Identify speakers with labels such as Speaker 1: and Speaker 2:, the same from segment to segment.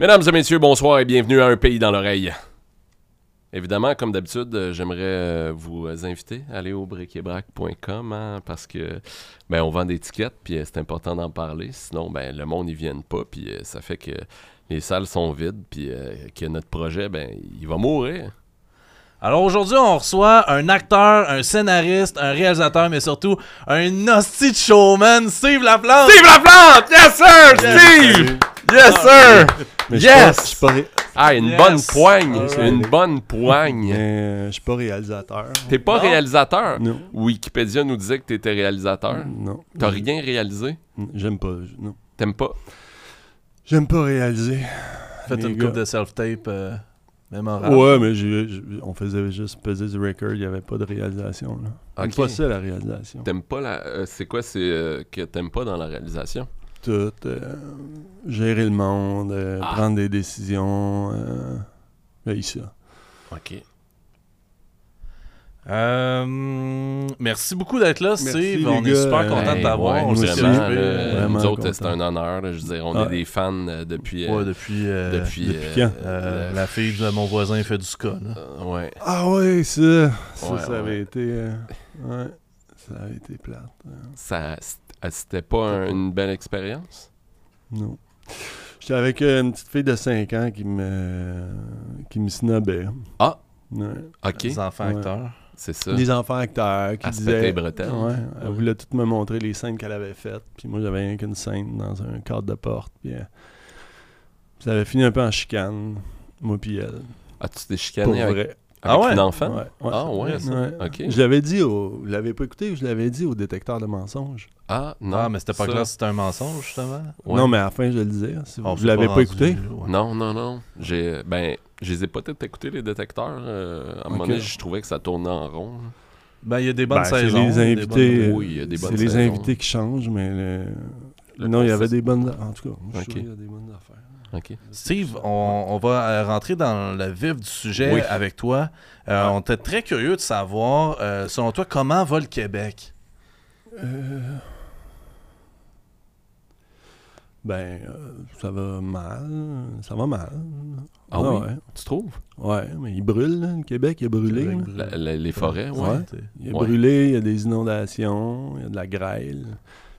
Speaker 1: Mesdames et messieurs, bonsoir et bienvenue à Un pays dans l'oreille. Évidemment, comme d'habitude, euh, j'aimerais euh, vous inviter à aller au briquetbrac.com hein, parce que ben, on vend des tickets, puis euh, c'est important d'en parler. Sinon, ben, le monde n'y vienne pas, puis euh, ça fait que les salles sont vides, puis euh, que notre projet, ben, il va mourir.
Speaker 2: Alors aujourd'hui, on reçoit un acteur, un scénariste, un réalisateur, mais surtout un hostie de showman, Steve Laplante!
Speaker 1: Steve Laplante! Yes, sir! Steve! Yes, sir!
Speaker 3: Mais
Speaker 1: Yes!
Speaker 3: je suis pas, je suis pas ré-
Speaker 1: Ah, une
Speaker 2: Yes!
Speaker 1: bonne poigne!
Speaker 3: Alright.
Speaker 1: Une bonne poigne!
Speaker 3: mais euh, je suis pas réalisateur.
Speaker 1: T'es pas
Speaker 2: Non.
Speaker 1: réalisateur?
Speaker 3: Non,
Speaker 1: Wikipédia nous disait que t'étais réalisateur.
Speaker 3: non.
Speaker 1: T'as rien réalisé?
Speaker 3: J'aime pas. je- Non.
Speaker 1: T'aimes pas?
Speaker 3: J'aime pas réaliser.
Speaker 2: Faites
Speaker 3: Mes
Speaker 2: une
Speaker 3: gars.
Speaker 2: coupe de self-tape euh, mémorable.
Speaker 3: Ouais, mais j'ai- j'ai- on faisait juste peser du record, il n'y avait pas de réalisation. là.
Speaker 1: Ok.
Speaker 3: C'est pas ça la réalisation.
Speaker 1: T'aimes pas la. euh, c'est quoi c'est euh, que t'aimes pas dans la réalisation?
Speaker 3: Tout. euh, gérer le monde, euh,
Speaker 1: Ah.
Speaker 3: prendre des décisions. Euh, j'ai ça.
Speaker 1: OK.
Speaker 2: Euh, merci beaucoup d'être là,
Speaker 3: Merci,
Speaker 2: Steve.
Speaker 3: les
Speaker 2: on est
Speaker 3: gars.
Speaker 2: super content
Speaker 1: Ben,
Speaker 2: de
Speaker 3: Hey,
Speaker 2: t'avoir.
Speaker 3: ouais,
Speaker 2: on
Speaker 3: nous
Speaker 2: s'est
Speaker 3: aussi.
Speaker 2: occupé,
Speaker 1: Vraiment, là,
Speaker 2: euh,
Speaker 3: Ouais,
Speaker 1: nous
Speaker 3: vraiment
Speaker 1: autres, c'est
Speaker 3: content.
Speaker 1: un honneur. là, je veux dire, on est
Speaker 3: Ouais.
Speaker 1: des fans euh, depuis. euh,
Speaker 2: ouais, depuis, euh,
Speaker 1: depuis.
Speaker 3: depuis
Speaker 1: euh,
Speaker 3: quand?
Speaker 2: euh,
Speaker 1: euh,
Speaker 2: la fille de mon voisin fait du ska. là.
Speaker 1: euh, ouais.
Speaker 3: Ah ouais, ça. Ça,
Speaker 1: Ouais,
Speaker 3: ça
Speaker 1: ouais.
Speaker 3: avait été. euh, ouais. Ça avait été plate. euh,
Speaker 1: Ça, c't- c'était pas un- une belle expérience?
Speaker 3: non. J'étais avec euh, une petite fille de 5 ans qui me, qui me snobait.
Speaker 1: Ah!
Speaker 3: Ouais.
Speaker 1: OK.
Speaker 2: Les enfants
Speaker 3: Ouais.
Speaker 2: acteurs.
Speaker 1: C'est ça.
Speaker 3: Des enfants acteurs qui
Speaker 1: Elle se pétait les
Speaker 3: disaient.
Speaker 1: bretelles.
Speaker 3: Ouais, elle
Speaker 1: Ouais.
Speaker 3: voulait tout me montrer les scènes qu'elle avait faites. Puis moi, j'avais rien qu'une scène dans un cadre de porte. Puis euh, ça avait fini un peu en chicane, moi puis elle.
Speaker 1: Ah, tu t'es
Speaker 3: Pour
Speaker 1: chicané avec,
Speaker 3: vrai.
Speaker 1: avec
Speaker 2: Ah ouais?
Speaker 1: une enfant?
Speaker 3: Ouais,
Speaker 1: Ah ouais, ça.
Speaker 3: ouais.
Speaker 1: OK.
Speaker 3: Je l'avais dit au. Vous l'avez pas écouté, je l'avais dit au détecteur de mensonges.
Speaker 1: Ah, non.
Speaker 2: Non, mais c'était pas
Speaker 1: ça-
Speaker 2: clair, c'était un mensonge, justement.
Speaker 1: Ouais.
Speaker 3: Non, mais à la fin, je le disais. Si vous
Speaker 2: On
Speaker 3: ne
Speaker 2: s'est
Speaker 3: l'avez pas,
Speaker 2: rendu-
Speaker 3: écouté,
Speaker 2: Ouais.
Speaker 1: Non, non, non. J'ai, ben, je les ai pas peut-être écoutés, les détecteurs. euh, à un moment
Speaker 3: Ok.
Speaker 1: donné, je trouvais que ça tournait en rond. là.
Speaker 2: Ben, il y a des bonnes
Speaker 3: Ben, c'est
Speaker 2: saisons.
Speaker 3: les
Speaker 2: des
Speaker 3: invités,
Speaker 2: bonnes-
Speaker 3: euh,
Speaker 1: Oui, il y a des
Speaker 3: c'est
Speaker 1: bonnes
Speaker 3: les
Speaker 1: saisons. hein.
Speaker 3: invités qui changent, mais le-
Speaker 1: Le
Speaker 3: non, il y
Speaker 1: concept-
Speaker 3: avait des bonnes. En tout cas, moi, je
Speaker 1: Ok.
Speaker 3: trouvais qu'il y a des bonnes affaires.
Speaker 1: OK.
Speaker 2: Steve, on, on va euh, rentrer dans le vif du sujet
Speaker 1: Oui. Ah.
Speaker 2: avec toi. Euh, On était très curieux de savoir, euh, selon toi, comment va le Québec?
Speaker 3: Euh, Ben, euh, ça va mal. Ça va mal.
Speaker 1: Ah oui?
Speaker 3: Ouais,
Speaker 1: Tu trouves?
Speaker 3: Ouais, mais il brûle, là. Le Québec, il a brûlé.
Speaker 2: Québec
Speaker 3: là.
Speaker 2: brûle.
Speaker 1: La- la- les forêts, ouais.
Speaker 3: Ouais. Il a
Speaker 1: Ouais.
Speaker 3: brûlé, il y a des inondations, il y a de la grêle.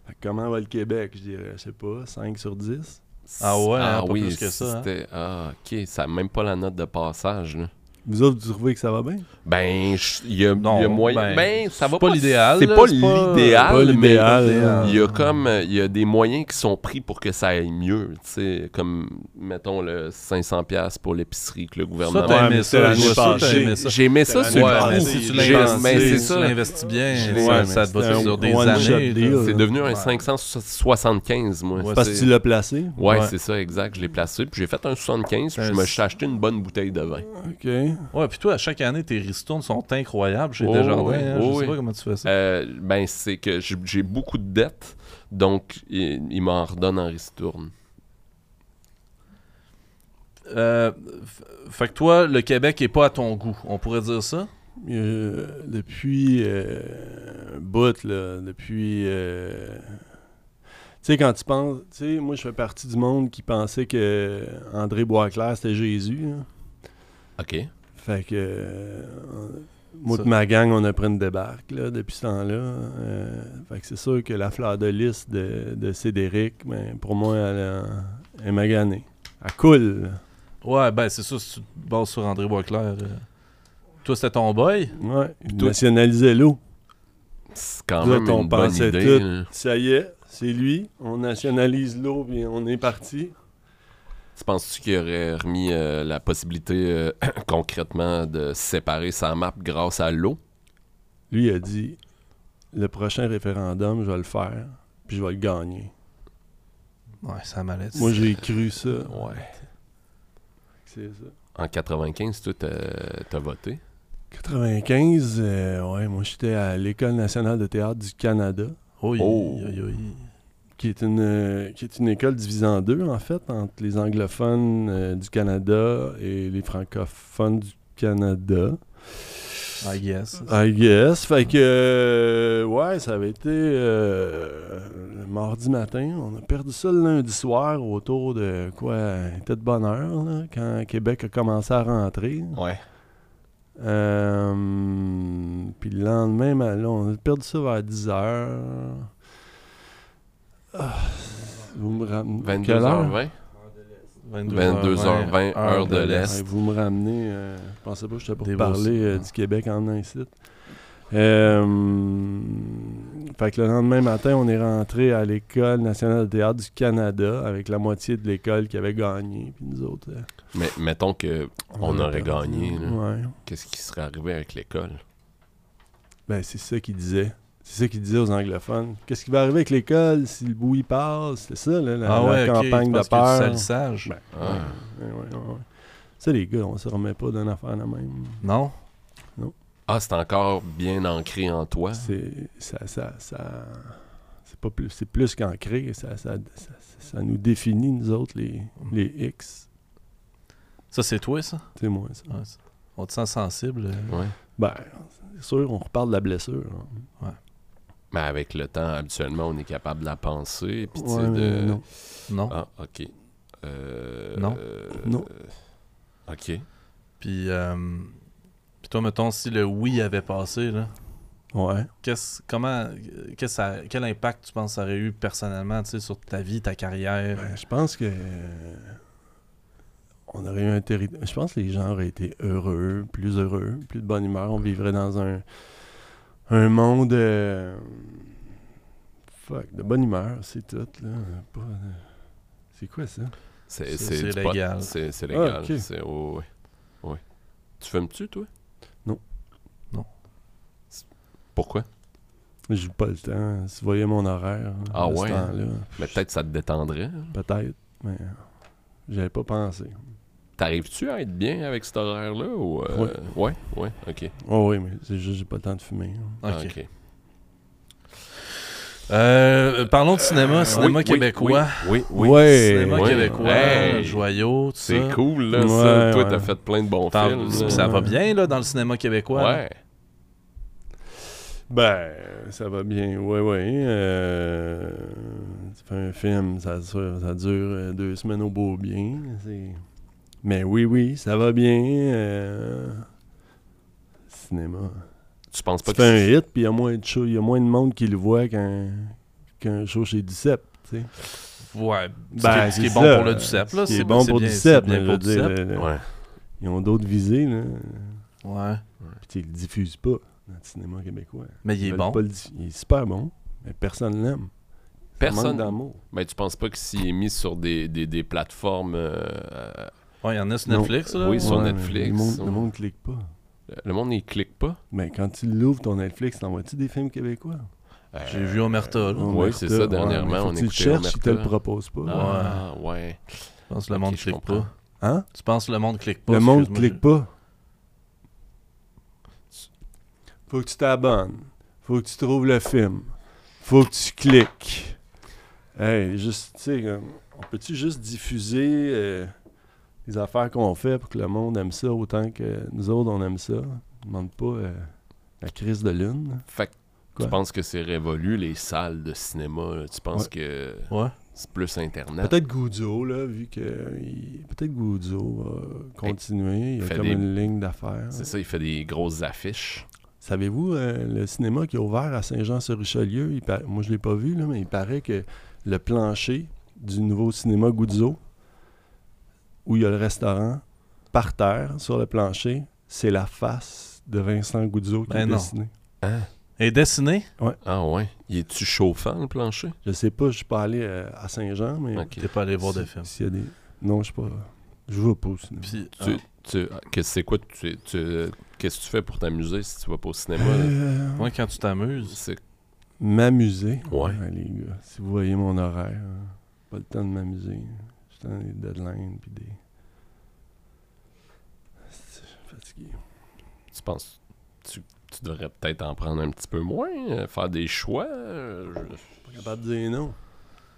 Speaker 3: Fait que comment va le Québec, je dirais? Je sais pas, 5 sur 10?
Speaker 2: Ah ouais, hein, pas
Speaker 1: oui,
Speaker 2: plus que ça, hein.
Speaker 1: C'était... Ah, ok, ça a même pas la note de passage. Là.
Speaker 3: Vous autres, vous trouvez que ça va bien?
Speaker 1: Ben, je- il y a,
Speaker 2: Non,
Speaker 1: il y a moyen. Ben,
Speaker 2: ben,
Speaker 1: ça va
Speaker 2: c'est pas l'idéal,
Speaker 1: C'est
Speaker 2: là,
Speaker 1: pas
Speaker 2: c'est pas-
Speaker 1: l'idéal,
Speaker 3: Pas
Speaker 1: mais
Speaker 3: l'idéal, hein.
Speaker 1: il y a comme euh, il y a des moyens qui sont pris pour que ça aille mieux. Tu sais, comme mettons le 500 pièces pour l'épicerie que le
Speaker 2: Ça,
Speaker 1: gouvernement.
Speaker 2: t'as
Speaker 3: Ouais,
Speaker 2: aimé
Speaker 3: mais
Speaker 2: ça,
Speaker 3: l'année
Speaker 2: je vois ça, t'as
Speaker 3: passée.
Speaker 2: aimé ça.
Speaker 1: J'ai aimé ça,
Speaker 3: Ouais,
Speaker 1: sur le
Speaker 3: mais
Speaker 1: coup.
Speaker 2: mais
Speaker 3: passée,
Speaker 2: si tu
Speaker 3: j'ai-
Speaker 2: l'investis,
Speaker 1: mais c'est
Speaker 2: si
Speaker 1: ça.
Speaker 2: tu l'investis bien,
Speaker 1: Je l'ai-
Speaker 2: ça,
Speaker 3: Ouais,
Speaker 2: ça
Speaker 3: mais
Speaker 2: te va
Speaker 3: c'était
Speaker 2: sur
Speaker 3: un
Speaker 2: des
Speaker 3: one-shot
Speaker 2: années.
Speaker 3: deal,
Speaker 2: là.
Speaker 3: là.
Speaker 1: C'est devenu un
Speaker 2: Ouais.
Speaker 1: 575, moi.
Speaker 2: Ouais,
Speaker 3: Parce
Speaker 2: c'est-
Speaker 3: que tu l'as placé?
Speaker 1: Ouais,
Speaker 2: Ouais.
Speaker 1: c'est ça, exact. Je l'ai placé. Puis j'ai fait un 75. Puis
Speaker 2: Un
Speaker 1: je me
Speaker 2: s-
Speaker 1: suis acheté une bonne bouteille de vin.
Speaker 3: OK.
Speaker 2: Ouais, puis toi, à chaque année, tes ristournes sont incroyables chez
Speaker 1: Oh,
Speaker 2: Desjardins.
Speaker 1: ouais,
Speaker 2: hein,
Speaker 1: oh,
Speaker 2: je sais
Speaker 1: oui.
Speaker 2: pas comment tu fais ça.
Speaker 1: Euh, ben, c'est que j'ai j'ai beaucoup de dettes. Donc, il, il m'en redonne en ristourne.
Speaker 2: Euh, f- fait que toi, le Québec est pas à ton goût, on pourrait dire ça?
Speaker 3: Euh, depuis euh, un bout, là, depuis... euh, Tu sais, quand tu penses... Tu sais, moi, je fais partie du monde qui pensait que André Boisclair, c'était Jésus. là.
Speaker 1: OK.
Speaker 3: Fait que... euh, moi
Speaker 2: Ça-
Speaker 3: pis ma gang, on a pris une débarque, là, depuis ce temps-là. Euh, fait que c'est sûr que la fleur de lys de, de Cédric, ben, pour moi, elle, a- elle m'a gagné. Elle coule, là.
Speaker 2: Ouais, ben c'est ça, si tu te bases sur André Boisclair. euh, Toi, c'était ton boy?
Speaker 3: Ouais,
Speaker 1: toi-
Speaker 3: nationaliser l'eau.
Speaker 1: C'est quand
Speaker 3: Là,
Speaker 1: même
Speaker 3: on
Speaker 1: une bonne
Speaker 3: pensait
Speaker 1: idée. hein.
Speaker 3: tout.
Speaker 1: là.
Speaker 3: Ça y est, c'est lui. On nationalise l'eau et on est parti.
Speaker 1: Tu penses-tu qu'il aurait remis euh, la possibilité euh, concrètement de séparer sa map grâce à l'eau?
Speaker 3: Lui il a dit le prochain référendum, je vais le faire, puis je vais le gagner.
Speaker 2: Ouais, ça m'allait.
Speaker 3: Moi, j'ai cru ça.
Speaker 1: Ouais.
Speaker 3: C'est ça.
Speaker 1: En 95, toi, t'as t'as voté.
Speaker 3: 95, euh, ouais, moi j'étais à l'École nationale de théâtre du Canada,
Speaker 2: Oh,
Speaker 1: Oh.
Speaker 3: qui est une euh, qui est une école divisée en deux en fait entre les anglophones euh, du Canada et les francophones du Canada.
Speaker 2: I guess.
Speaker 3: I guess. Fait que, euh, ouais, ça avait été euh, le mardi matin. On a perdu ça le lundi soir autour de quoi il était de bonne heure, là, quand Québec a commencé à rentrer.
Speaker 1: Ouais.
Speaker 3: Euh, puis le lendemain, ma- là, on a perdu ça vers 10 h Ah, vous me ramenez.
Speaker 1: 22h20. 22h20, heure de l'Est.
Speaker 3: Ouais, vous me ramenez. euh, je pensais pas que j'étais pour
Speaker 2: Des beaux-
Speaker 3: parler euh,
Speaker 2: ah.
Speaker 3: du Québec en un site. Euh, fait que le lendemain matin, on est rentré à l'École nationale de théâtre du Canada avec la moitié de l'école qui avait gagné. Puis nous autres. euh,
Speaker 1: Mais mettons que. On
Speaker 3: a
Speaker 1: aurait
Speaker 3: perdu.
Speaker 1: gagné, là.
Speaker 3: Ouais.
Speaker 1: Qu'est-ce qui serait arrivé avec l'école?
Speaker 3: Ben, c'est ça qu'il disait. C'est ça qu'il disait aux anglophones. Qu'est-ce qui va arriver avec l'école si le bouilli passe? C'est ça, là, la,
Speaker 2: Ah
Speaker 3: la
Speaker 2: ouais,
Speaker 3: campagne de peur.
Speaker 2: salissage.
Speaker 3: Ben,
Speaker 1: Ah.
Speaker 3: ouais, ouais, ouais, ouais. Ça, les gars, on se remet pas d'une affaire la même.
Speaker 2: Non?
Speaker 1: Ah, c'est encore bien ancré en toi.
Speaker 3: C'est ça, ça, ça- c'est pas plus, c'est plus qu'ancré. Ça, ça, ça, ça nous définit nous autres les,
Speaker 1: Mm.
Speaker 3: les X.
Speaker 2: Ça, c'est toi, ça?
Speaker 3: C'est moi ça.
Speaker 2: Ouais, c'est- On te sent sensible. euh.
Speaker 1: Ouais.
Speaker 3: Ben, c'est sûr, on reparle de la blessure. hein.
Speaker 1: Mais avec le temps, habituellement, on est capable de la penser. Puis, tu sais,
Speaker 3: Ouais, mais
Speaker 1: de.
Speaker 3: non.
Speaker 2: Non.
Speaker 1: Ah, ok. Euh,
Speaker 2: Non.
Speaker 1: euh,
Speaker 3: Non.
Speaker 1: Ok.
Speaker 2: Puis, euh, puis toi, mettons, si le oui avait passé, là,
Speaker 3: Ouais.
Speaker 2: qu'est-ce, comment, euh, qu'est-ce ça- quel impact tu penses que ça aurait eu personnellement tu sais, sur ta vie, ta carrière?
Speaker 3: Ben, je pense que euh, on aurait eu un territoire. Je pense que les gens auraient été heureux, plus heureux, plus de bonne humeur. On vivrait dans un un monde euh, fuck de bonne humeur, c'est tout là. Pas de- C'est quoi ça?
Speaker 1: C'est
Speaker 2: C'est-
Speaker 1: c'est
Speaker 2: c'est
Speaker 1: du pot.
Speaker 2: légal.
Speaker 1: C'est c'est légal.
Speaker 3: Ah, ok.
Speaker 1: C'est- oh, ouais. Ouais. Tu fumes-tu, toi?
Speaker 3: Non.
Speaker 2: Non.
Speaker 1: C'est- Pourquoi?
Speaker 3: Je joue pas le temps. Si vous voyez mon horaire, hein,
Speaker 1: Ah
Speaker 3: de ce
Speaker 1: ouais, hein?
Speaker 3: temps-là,
Speaker 1: Mais peut-être ça te détendrait. hein?
Speaker 3: peut-être, mais j'avais pas pensé.
Speaker 1: T'arrives-tu à être bien avec cet horaire-là? Ou euh, Ouais. Ouais, ok.
Speaker 3: Oh oui, mais c'est juste que j'ai pas le temps de fumer. hein.
Speaker 1: Ah,
Speaker 2: Ok.
Speaker 1: ok.
Speaker 2: Euh, parlons de cinéma, cinéma
Speaker 1: Oui, oui,
Speaker 2: québécois.
Speaker 1: Oui, oui.
Speaker 3: Ouais.
Speaker 2: Cinéma
Speaker 1: Ouais.
Speaker 2: québécois,
Speaker 1: Hey.
Speaker 2: joyau, tout ça.
Speaker 1: C'est cool, là, ça.
Speaker 3: Ouais,
Speaker 1: Toi,
Speaker 3: ouais.
Speaker 1: t'as fait plein de bons
Speaker 2: T'en-
Speaker 1: films. là.
Speaker 2: Ça va bien là, dans le cinéma québécois. là?
Speaker 1: Ouais.
Speaker 3: Ben, ça va bien, ouais, ouais. Euh, tu fais un film, ça, dure- ça dure euh, deux semaines au beau bien. c'est- Mais oui, oui, ça va bien. euh, Cinéma.
Speaker 1: Tu penses pas
Speaker 3: Tu
Speaker 1: que
Speaker 3: fais un hit, puis il y a moins de show- il y a moins de monde qui le voit qu'un qu'un show chez Duceppe, tu sais.
Speaker 2: Ouais. Ce
Speaker 3: Ben,
Speaker 2: qui- ce qui est
Speaker 3: c'est
Speaker 2: bon
Speaker 3: ça.
Speaker 2: pour le Duceppe. là,
Speaker 3: Ce qui est
Speaker 2: c'est-
Speaker 3: bon
Speaker 2: c'est
Speaker 3: pour
Speaker 2: bien-
Speaker 3: Duceppe,
Speaker 2: c'est bien
Speaker 3: mais je
Speaker 2: pour
Speaker 3: veux dire, euh,
Speaker 2: Duceppe.
Speaker 3: le- le-
Speaker 1: Ouais.
Speaker 3: ils ont d'autres visées, là.
Speaker 2: Ouais.
Speaker 3: Puis tu sais, ils le diffusent pas dans le cinéma québécois.
Speaker 2: Mais il
Speaker 3: Ils
Speaker 2: est
Speaker 3: veulent
Speaker 2: bon.
Speaker 3: pas le diff- il est super bon, mais personne l'aime. Ça manque
Speaker 1: Personne.
Speaker 3: d'amour.
Speaker 1: Ben, tu penses pas que s'il est mis sur des, des, des plateformes. euh,
Speaker 2: Ouais, il y en a sur Netflix.
Speaker 1: Non.
Speaker 2: Là.
Speaker 1: Oui, sur
Speaker 3: mais
Speaker 1: Netflix,
Speaker 3: Le monde,
Speaker 1: ouais.
Speaker 3: le monde clique pas.
Speaker 1: le monde, il clique pas.
Speaker 3: Mais quand tu l'ouvres ton Netflix, t'envoies-tu des films québécois?
Speaker 1: Euh,
Speaker 2: J'ai vu Omerta. Là.
Speaker 3: On
Speaker 1: ouais,
Speaker 3: meurt
Speaker 1: c'est
Speaker 3: pas.
Speaker 1: ça,
Speaker 3: Ouais,
Speaker 1: dernièrement,
Speaker 3: mais faut
Speaker 1: on
Speaker 3: que Tu le
Speaker 1: écoutait
Speaker 3: cherches, ils te le
Speaker 1: Omerta.
Speaker 3: proposent pas.
Speaker 1: Ah, ouais.
Speaker 2: Je pense que le
Speaker 1: Ok,
Speaker 2: monde
Speaker 1: je
Speaker 2: clique
Speaker 1: comprends.
Speaker 2: pas.
Speaker 3: Hein?
Speaker 2: Tu penses que le monde clique pas?
Speaker 3: Le monde
Speaker 2: excuse-moi,
Speaker 3: clique pas. Faut que tu t'abonnes. Faut que tu trouves le film. Faut que tu cliques. Hey, juste, tu sais, comme, on peut-tu juste diffuser euh, les affaires qu'on fait pour que le monde aime ça autant que nous autres, on aime ça? On demande pas euh, la crise de lune.
Speaker 1: Fait que
Speaker 3: Quoi?
Speaker 1: tu penses que c'est révolu, les salles de cinéma. là. Tu penses
Speaker 3: Ouais.
Speaker 1: que
Speaker 2: j'ai- Ouais.
Speaker 1: c'est plus Internet.
Speaker 3: Peut-être Goudio, là, vu que... il- Peut-être Goudio va continuer. Il y a
Speaker 1: Fait
Speaker 3: comme
Speaker 1: des-
Speaker 3: une ligne d'affaires.
Speaker 1: C'est ça, il fait des grosses affiches.
Speaker 3: Savez-vous, euh, le cinéma qui est ouvert à Saint-Jean-sur-Richelieu, il para- moi je l'ai pas vu, là, mais il paraît que le plancher du nouveau cinéma Guzzo, où il y a le restaurant, par terre, sur le plancher, c'est la face de Vincent Guzzo qui
Speaker 2: Ben
Speaker 3: est
Speaker 2: non.
Speaker 3: dessinée.
Speaker 1: Hein?
Speaker 2: Et dessiné?
Speaker 1: Ah ouais. Il est-tu chauffant, le plancher?
Speaker 3: Je sais pas, je suis pas allé euh, à Saint-Jean, mais
Speaker 1: Ok.
Speaker 2: T'es pas allé voir
Speaker 3: si-
Speaker 2: des films.
Speaker 3: s'il y a des... Non, je suis pas... Je vais pas au cinéma.
Speaker 2: Puis,
Speaker 1: Tu- tu- ah, Qu'est-ce que c'est quoi? Tu, tu- Qu'est-ce que tu fais pour t'amuser si tu vas pas au cinéma? là?
Speaker 3: Euh,
Speaker 2: ah, moi, quand tu t'amuses,
Speaker 1: C'est-
Speaker 3: M'amuser.
Speaker 1: Ouais.
Speaker 3: les gars, si vous voyez mon horaire, hein, pas le temps de m'amuser. J'ai dans des deadlines puis des. C'est- Je suis fatigué.
Speaker 1: Tu penses... Tu, tu devrais peut-être en prendre un petit peu moins, euh, faire des choix. euh, je-
Speaker 3: Pas capable de dire non.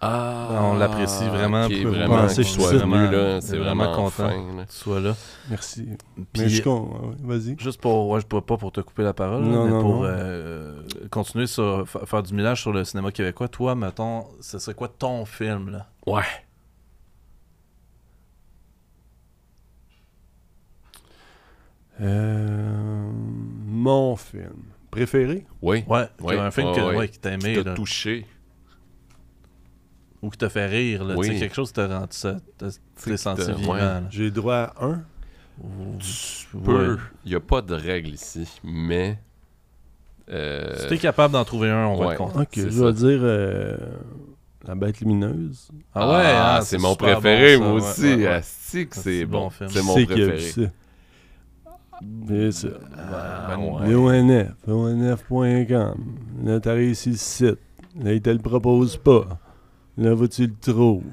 Speaker 1: Ah,
Speaker 2: On l'apprécie vraiment
Speaker 1: ok,
Speaker 2: pour vous
Speaker 1: vraiment.
Speaker 3: penser que je sois
Speaker 1: c'est
Speaker 2: vraiment-
Speaker 1: venu, là, c'est
Speaker 2: vraiment
Speaker 1: vraiment,
Speaker 2: content.
Speaker 1: fin, là.
Speaker 2: tu sois là.
Speaker 3: Merci. Mais je
Speaker 2: Puis,
Speaker 3: suis con. ouais, Vas-y.
Speaker 2: juste pour. Ouais, je peux pas pour te couper la parole,
Speaker 3: Non,
Speaker 2: mais
Speaker 3: non,
Speaker 2: pour
Speaker 3: non.
Speaker 2: euh, continuer sur. fa- faire du millage sur le cinéma québécois. Toi, mettons, ce serait quoi ton film, là
Speaker 1: Ouais.
Speaker 3: Euh, mon film préféré?
Speaker 1: Oui.
Speaker 2: Ouais,
Speaker 1: Ouais,
Speaker 2: un film
Speaker 1: ouais,
Speaker 2: que,
Speaker 1: ouais.
Speaker 2: ouais, qui t'a aimé,
Speaker 1: T'as
Speaker 2: là,
Speaker 1: touché.
Speaker 2: ou qui t'a fait rire, là, tu
Speaker 1: Oui.
Speaker 2: sais, quelque chose qui t'a rendu ça. t'as-
Speaker 1: Tu sais,
Speaker 2: T'es senti
Speaker 1: t'as-
Speaker 2: vivant,
Speaker 1: ouais.
Speaker 2: là.
Speaker 3: J'ai droit à un.
Speaker 2: Ou-
Speaker 1: Peu.
Speaker 2: Ouais.
Speaker 1: Il n'y a pas de règle ici, mais. euh,
Speaker 2: Si t'es capable d'en trouver un, on va
Speaker 1: ouais.
Speaker 2: être content.
Speaker 3: Ok, je
Speaker 1: C'est
Speaker 3: vais
Speaker 1: ça.
Speaker 3: dire euh, La bête lumineuse.
Speaker 2: Ah ouais,
Speaker 1: Ah,
Speaker 2: hein,
Speaker 1: c'est mon
Speaker 2: super
Speaker 1: préféré,
Speaker 2: bon, ça,
Speaker 1: moi
Speaker 2: ouais,
Speaker 1: aussi. euh.
Speaker 2: ouais, ouais.
Speaker 1: Asti que
Speaker 2: Ah,
Speaker 1: c'est bon.
Speaker 2: film.
Speaker 1: C'est mon
Speaker 3: Qui c'est Euh, qui a vu
Speaker 1: préféré.
Speaker 3: ça? Bien sûr.
Speaker 1: Ah,
Speaker 2: Ben,
Speaker 1: ouais.
Speaker 3: ONF, ONF.com. Là, t'arrives sur le site. Là, il te le propose pas. Là, va tu le trouves.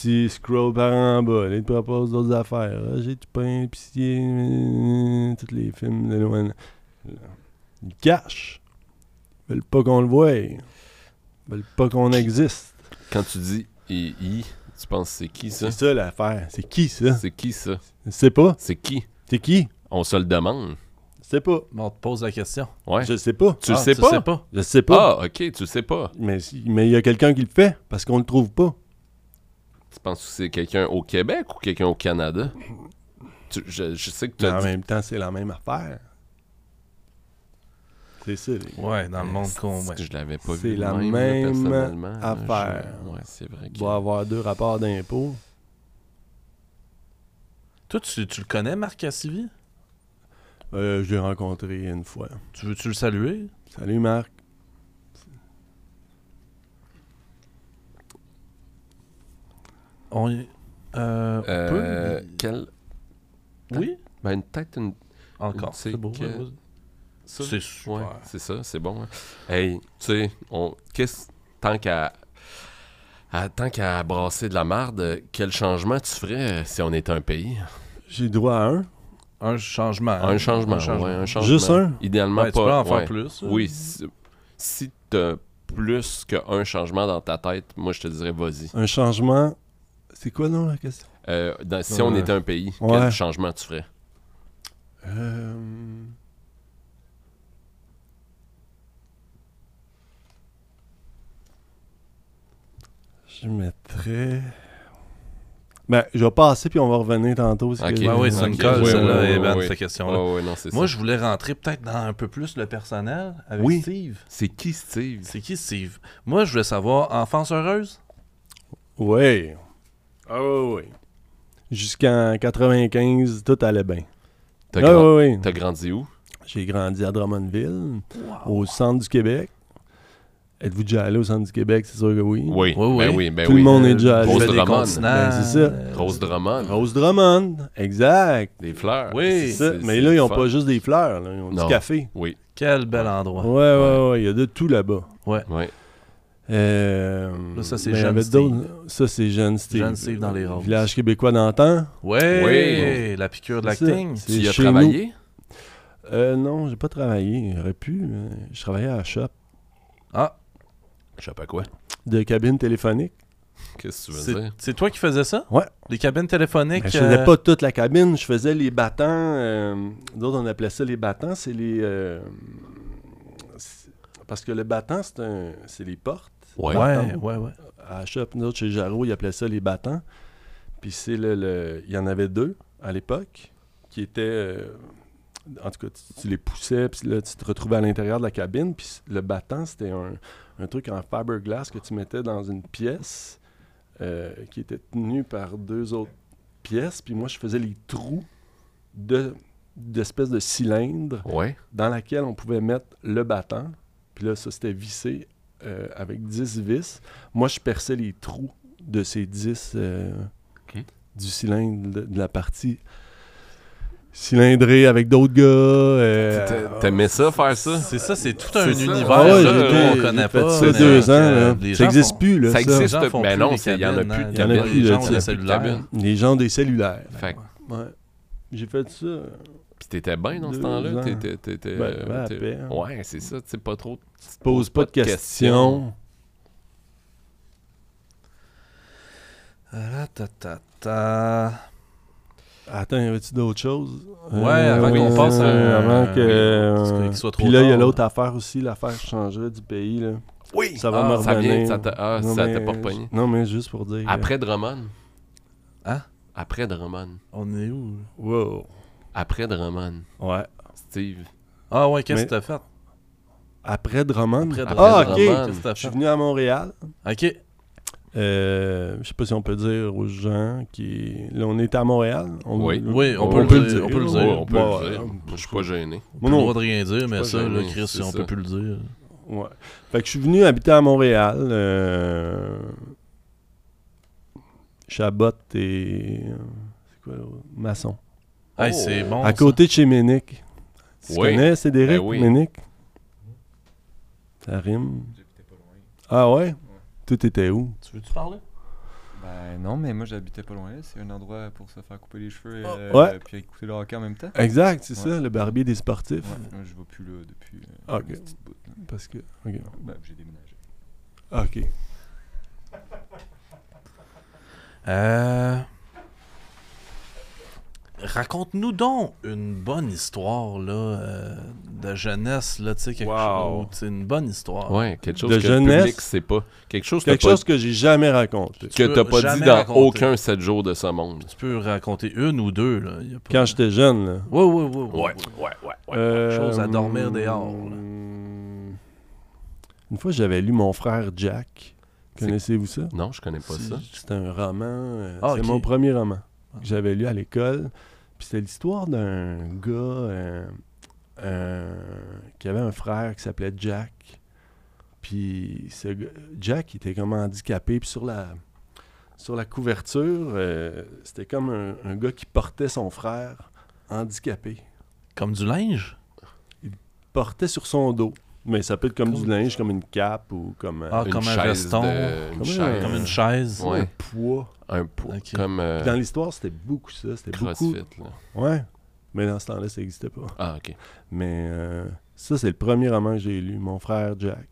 Speaker 3: Tu scrolls par en bas. Là, il te propose d'autres affaires. Ah, J'ai tout peint, pitié, euh, tous les films de l'ONF. Ils cachent. Ils veulent pas qu'on le voie. Ils veulent pas qu'on existe.
Speaker 1: Quand tu dis I, tu penses c'est qui ça
Speaker 3: C'est ça l'affaire. C'est qui ça?
Speaker 1: C'est qui ça
Speaker 3: Je sais pas.
Speaker 1: C'est qui
Speaker 3: C'est qui?
Speaker 1: On se le demande.
Speaker 3: Je sais pas.
Speaker 2: Bon, on te pose la question.
Speaker 1: Ouais.
Speaker 3: Je sais pas.
Speaker 1: Tu le
Speaker 2: Ah,
Speaker 1: sais pas?
Speaker 2: sais pas.
Speaker 3: Je sais pas.
Speaker 1: Ah, ok, tu le sais pas.
Speaker 3: Mais si- mais il y a quelqu'un qui le fait parce qu'on le trouve pas.
Speaker 1: Tu penses que c'est quelqu'un au Québec ou quelqu'un au Canada Tu- je, je sais que tu
Speaker 3: Mais en
Speaker 1: as dit.
Speaker 3: même temps, c'est la même affaire. C'est ça. les gars.
Speaker 2: Ouais, dans le monde qu'on.
Speaker 1: Euh, C'est
Speaker 2: ouais.
Speaker 1: que je l'avais pas vu.
Speaker 3: C'est
Speaker 1: de
Speaker 3: la
Speaker 1: même, là,
Speaker 3: même
Speaker 1: personnellement, là, je-
Speaker 3: affaire.
Speaker 1: Ouais, c'est vrai.
Speaker 3: Il
Speaker 1: que-
Speaker 3: doit avoir deux rapports d'impôts.
Speaker 2: Toi, tu, tu le connais, Marc Cassivi?
Speaker 3: Euh, je l'ai rencontré une fois.
Speaker 2: Tu veux-tu le saluer?
Speaker 3: Salut Marc.
Speaker 2: On y- euh, on
Speaker 1: Euh,
Speaker 2: peut?
Speaker 1: quel-
Speaker 2: Oui?
Speaker 1: Ben, une tête, une.
Speaker 2: Encore.
Speaker 1: C'est
Speaker 2: C'est beau.
Speaker 1: que-
Speaker 2: ouais, ouais.
Speaker 1: ça.
Speaker 2: C'est super.
Speaker 1: Ouais, c'est ça, c'est bon. hein. Hey, tu sais, on... qu'est-ce tant qu'à à- tant qu'à brasser de la marde, quel changement tu ferais euh, si on était un pays
Speaker 3: J'ai droit à un.
Speaker 2: Un changement. hein.
Speaker 1: Un changement, ouais, un changement.
Speaker 3: Juste un?
Speaker 1: Idéalement
Speaker 2: Ouais, tu
Speaker 1: pas.
Speaker 2: peux en
Speaker 1: ouais.
Speaker 2: faire plus. hein. là.
Speaker 1: Oui, si, si t'as plus qu'un changement dans ta tête, moi je te dirais vas-y.
Speaker 3: Un changement. C'est quoi non la question?
Speaker 1: Euh, dans- si
Speaker 2: Ouais.
Speaker 1: on était un pays,
Speaker 3: Ouais.
Speaker 1: quel changement tu ferais
Speaker 3: Euh, Je mettrais. Ben, je vais passer puis on va revenir tantôt. si
Speaker 1: Ok.
Speaker 3: quelqu'un-
Speaker 2: Ben oui, c'est
Speaker 1: Ok,
Speaker 2: une
Speaker 1: ouais,
Speaker 2: colle,
Speaker 1: ouais,
Speaker 2: celle-là,
Speaker 1: ouais,
Speaker 2: est bonne,
Speaker 1: ouais.
Speaker 2: cette
Speaker 1: Ouais,
Speaker 2: question-là.
Speaker 1: ouais, non, c'est
Speaker 2: Moi,
Speaker 1: ça.
Speaker 2: je voulais rentrer peut-être dans un peu plus le personnel avec
Speaker 3: Oui.
Speaker 2: Steve.
Speaker 1: C'est qui Steve
Speaker 2: C'est qui Steve? Moi, je voulais savoir, enfance heureuse?
Speaker 3: Oui. Ah oui, oui. Jusqu'en 95, tout allait bien.
Speaker 1: T'as
Speaker 3: ah,
Speaker 1: gran-
Speaker 3: oui, oui.
Speaker 1: t'as grandi où
Speaker 3: J'ai grandi à Drummondville, au centre du Québec. Êtes-vous déjà allé au centre du Québec? C'est sûr que oui.
Speaker 1: Oui,
Speaker 2: Oui,
Speaker 1: ben
Speaker 2: oui.
Speaker 1: oui, ben
Speaker 3: Tout
Speaker 1: oui.
Speaker 3: le monde est déjà allé.
Speaker 1: Rose
Speaker 2: Je fais des
Speaker 1: Drummond.
Speaker 2: continents. euh,
Speaker 3: Ben, c'est ça.
Speaker 1: Rose Drummond,
Speaker 3: Rose Drummond, exact.
Speaker 1: des fleurs.
Speaker 2: Oui.
Speaker 3: C'est
Speaker 1: C'est-
Speaker 3: ça.
Speaker 1: c'est-
Speaker 3: Mais là, ils
Speaker 1: c'est
Speaker 3: n'ont
Speaker 1: fun.
Speaker 3: pas juste des fleurs, là. ils ont
Speaker 1: Non.
Speaker 3: du café.
Speaker 1: Oui,
Speaker 2: Quel bel endroit.
Speaker 3: Ouais, ouais, ouais, il y a de tout là-bas.
Speaker 1: oui.
Speaker 3: Euh,
Speaker 2: Là, ça, c'est
Speaker 3: mais il y
Speaker 2: jeune
Speaker 3: avait
Speaker 2: Steve.
Speaker 3: d'autres- Ça, c'est Jeune Steve.
Speaker 2: Jeune Steve dans les roses.
Speaker 3: Village québécois d'antan.
Speaker 2: Ouais, la piqûre de
Speaker 3: C'est ça.
Speaker 2: l'acting.
Speaker 1: Tu y as
Speaker 3: chez
Speaker 1: travaillé
Speaker 3: Euh, non, j'ai pas travaillé. J'aurais pu. euh, je travaillais à la shop
Speaker 2: Ah,
Speaker 1: Je sais pas quoi.
Speaker 3: de cabine téléphonique.
Speaker 1: Qu'est-ce que tu
Speaker 2: c'est
Speaker 1: veux dire
Speaker 2: c'est toi qui faisais ça?
Speaker 3: Ouais.
Speaker 2: Les cabines téléphoniques.
Speaker 3: Mais Ben, je faisais
Speaker 2: euh,
Speaker 3: pas toute la cabine, je faisais les battants. euh, D'autres, on appelait ça les battants. C'est les. euh, c'est- parce que le battant, c'est un- c'est les portes.
Speaker 1: Ouais.
Speaker 2: Ouais, ouais, ouais.
Speaker 3: À la shop, nous autres, chez Jarreau, ils appelaient ça les battants. Puis c'est le, le- Il y en avait deux à l'époque qui étaient. euh, en tout cas, tu, tu les poussais, puis là, tu te retrouvais à l'intérieur de la cabine. Puis le battant, c'était un, un truc en fiberglass que tu mettais dans une pièce euh, qui était tenue par deux autres pièces. Puis moi, je faisais les trous de d'espèces de cylindres
Speaker 1: Ouais.
Speaker 3: dans laquelle on pouvait mettre le battant. Puis là, ça, c'était vissé euh, avec 10 vis. Moi, je perçais les trous de ces 10 euh,
Speaker 1: Ok.
Speaker 3: du cylindre, de, de la partie cylindrée avec d'autres gars. euh,
Speaker 1: T'a- T'aimais ça, faire ça
Speaker 2: C'est ça, c'est tout
Speaker 1: ça.
Speaker 2: un univers
Speaker 3: Ah
Speaker 2: là,
Speaker 3: ouais, j'ai
Speaker 2: qu'on
Speaker 3: été-
Speaker 2: connaît
Speaker 3: j'ai fait
Speaker 2: pas.
Speaker 3: ça
Speaker 2: mais
Speaker 3: deux
Speaker 2: que,
Speaker 3: ans.
Speaker 2: euh,
Speaker 3: là.
Speaker 2: les
Speaker 3: Ça
Speaker 2: gens
Speaker 3: n'existe
Speaker 2: font-
Speaker 3: plus, là.
Speaker 1: Ça
Speaker 3: ça.
Speaker 2: les
Speaker 1: existe.
Speaker 2: gens font
Speaker 1: Ben
Speaker 2: plus
Speaker 1: non,
Speaker 2: les
Speaker 1: c'est- il y en a
Speaker 2: cabines,
Speaker 1: plus de
Speaker 2: hein.
Speaker 3: Il y en a
Speaker 1: cabines.
Speaker 3: plus de
Speaker 1: Les
Speaker 3: ça.
Speaker 1: gens ont des
Speaker 2: Il y en a plus de
Speaker 1: cellulaires.
Speaker 2: cabines.
Speaker 3: Les gens des cellulaires.
Speaker 1: Fait que-
Speaker 3: Ouais. J'ai fait ça.
Speaker 1: Puis t'étais bien dans ce
Speaker 3: Deux
Speaker 1: temps-là
Speaker 3: ans.
Speaker 1: T'étais- t'étais- euh,
Speaker 3: Ben, ben, à
Speaker 1: t'étais-
Speaker 3: peine.
Speaker 1: Ouais, c'est ça. Tu sais, pas trop.
Speaker 3: Tu te poses pas de questions.
Speaker 2: Ratatata.
Speaker 3: Attends, y avait-tu d'autres choses? Euh,
Speaker 2: Ouais, avant qu'on passe à-
Speaker 3: avant que.
Speaker 2: euh, qu'il soit trop
Speaker 3: Puis là, il y a
Speaker 2: tard.
Speaker 3: l'autre affaire aussi, l'affaire je changerais du pays. Là.
Speaker 1: Oui!
Speaker 3: Ça va me
Speaker 1: ah, ça
Speaker 3: revenir.
Speaker 1: vient, ça t'a ah,
Speaker 3: Non,
Speaker 1: ça
Speaker 3: mais-
Speaker 1: t'a pas repogné.
Speaker 3: Non, mais juste pour dire. euh,
Speaker 1: Après Drummond.
Speaker 2: Hein?
Speaker 1: Après Drummond.
Speaker 2: On est où?
Speaker 3: euh, Wow.
Speaker 1: Après Drummond.
Speaker 3: Ouais.
Speaker 1: Steve.
Speaker 2: Ah ouais, qu'est-ce
Speaker 3: Mais-
Speaker 2: que t'as fait?
Speaker 3: Après Drummond.
Speaker 2: Après
Speaker 3: ah,
Speaker 1: Drummond.
Speaker 3: ok.
Speaker 1: Drummond.
Speaker 2: Qu'est-ce que t'as
Speaker 3: Je suis
Speaker 2: fait?
Speaker 3: venu à Montréal.
Speaker 2: Ok.
Speaker 3: Euh, je sais pas si on peut dire aux gens qui. Là, on est à Montréal. On-
Speaker 1: Oui.
Speaker 2: Oui, on,
Speaker 1: On
Speaker 2: peut,
Speaker 1: peut
Speaker 2: le dire. On peut le
Speaker 1: Ouais,
Speaker 2: dire.
Speaker 1: on peut
Speaker 3: Bah,
Speaker 1: le dire.
Speaker 3: euh,
Speaker 1: Moi, Je suis pas gêné.
Speaker 2: On
Speaker 3: Moi
Speaker 2: peut le
Speaker 3: non.
Speaker 2: droit de rien dire, mais
Speaker 1: pas
Speaker 2: ça, là,
Speaker 1: gêné,
Speaker 2: Chris,
Speaker 1: c'est
Speaker 2: on
Speaker 1: ça.
Speaker 2: peut plus le dire.
Speaker 3: Ouais. Fait que je suis venu habiter à Montréal. euh, Chabot et. euh, C'est quoi l'autre? Maçon.
Speaker 2: Hey,
Speaker 1: Oh.
Speaker 2: c'est bon.
Speaker 3: à
Speaker 2: ça.
Speaker 3: côté de chez Ménic. Tu
Speaker 1: Oui.
Speaker 3: connais Cédric
Speaker 1: Ben oui.
Speaker 3: Ménic Ça rime. Ah ouais? Tout était où?
Speaker 2: Tu veux-tu parler?
Speaker 4: Ben non, mais moi j'habitais pas loin. C'est un endroit pour se faire couper les cheveux et euh,
Speaker 3: ouais.
Speaker 4: puis écouter le hockey en même temps.
Speaker 3: Exact, c'est
Speaker 4: Ouais.
Speaker 3: ça, le barbier des sportifs.
Speaker 4: Ouais, moi, je vais plus là depuis euh,
Speaker 3: Ah, ok.
Speaker 4: une petite bout. là.
Speaker 3: Parce que. Ok.
Speaker 4: Ben, j'ai déménagé.
Speaker 3: Ah, ok.
Speaker 2: Euh... Raconte-nous donc une bonne histoire là, euh, de jeunesse, là, tu sais, quelque
Speaker 3: Wow.
Speaker 2: chose. tu sais, Une bonne histoire.
Speaker 1: Ouais, quelque chose
Speaker 3: De
Speaker 1: que
Speaker 3: jeunesse.
Speaker 1: le public sait pas. Quelque chose que
Speaker 3: Quelque
Speaker 1: t'as pas-
Speaker 3: chose que j'ai jamais raconté.
Speaker 1: que
Speaker 2: peux
Speaker 1: t'as pas dit
Speaker 2: jamais
Speaker 1: dans
Speaker 2: raconter.
Speaker 1: aucun 7 jours de ce monde.
Speaker 2: Tu peux raconter une ou deux, là. y a pas-
Speaker 3: Quand j'étais jeune, là.
Speaker 2: Ouais, ouais, ouais. ouais, ouais.
Speaker 1: ouais,
Speaker 3: Euh,
Speaker 2: chose à dormir dehors, là.
Speaker 3: Une fois, j'avais lu Mon frère Jack.
Speaker 1: C'est-
Speaker 3: Connaissez-vous ça?
Speaker 1: Non, je connais pas
Speaker 3: C'est-
Speaker 1: ça.
Speaker 3: C'est un roman. euh,
Speaker 2: Ah,
Speaker 3: c'est
Speaker 2: ok.
Speaker 3: mon premier roman
Speaker 2: Ah.
Speaker 3: que j'avais lu à l'école. Puis c'était l'histoire d'un gars euh, euh, qui avait un frère qui s'appelait Jack. Puis ce gars- Jack il était comme handicapé. Puis sur la, sur la couverture, euh, c'était comme un, un gars qui portait son frère handicapé.
Speaker 2: Comme du linge?
Speaker 3: Portait sur son dos. Mais ça peut être comme du linge, comme une cape ou comme euh,
Speaker 2: Ah,
Speaker 1: Une
Speaker 2: comme un
Speaker 1: chaise
Speaker 2: veston.
Speaker 1: de- Une
Speaker 3: Comme
Speaker 1: chaise.
Speaker 2: Comme
Speaker 3: Euh,
Speaker 2: une chaise?
Speaker 1: ouais.
Speaker 3: un poids.
Speaker 1: Un pot.
Speaker 2: Ok.
Speaker 1: Comme euh,
Speaker 3: Puis Dans l'histoire, c'était beaucoup ça. C'était beaucoup
Speaker 1: CrossFit. Là.
Speaker 3: Ouais. Mais dans ce temps-là, ça n'existait pas.
Speaker 1: Ah, ok.
Speaker 3: Mais euh, ça, c'est le premier roman que j'ai lu, Mon frère Jack.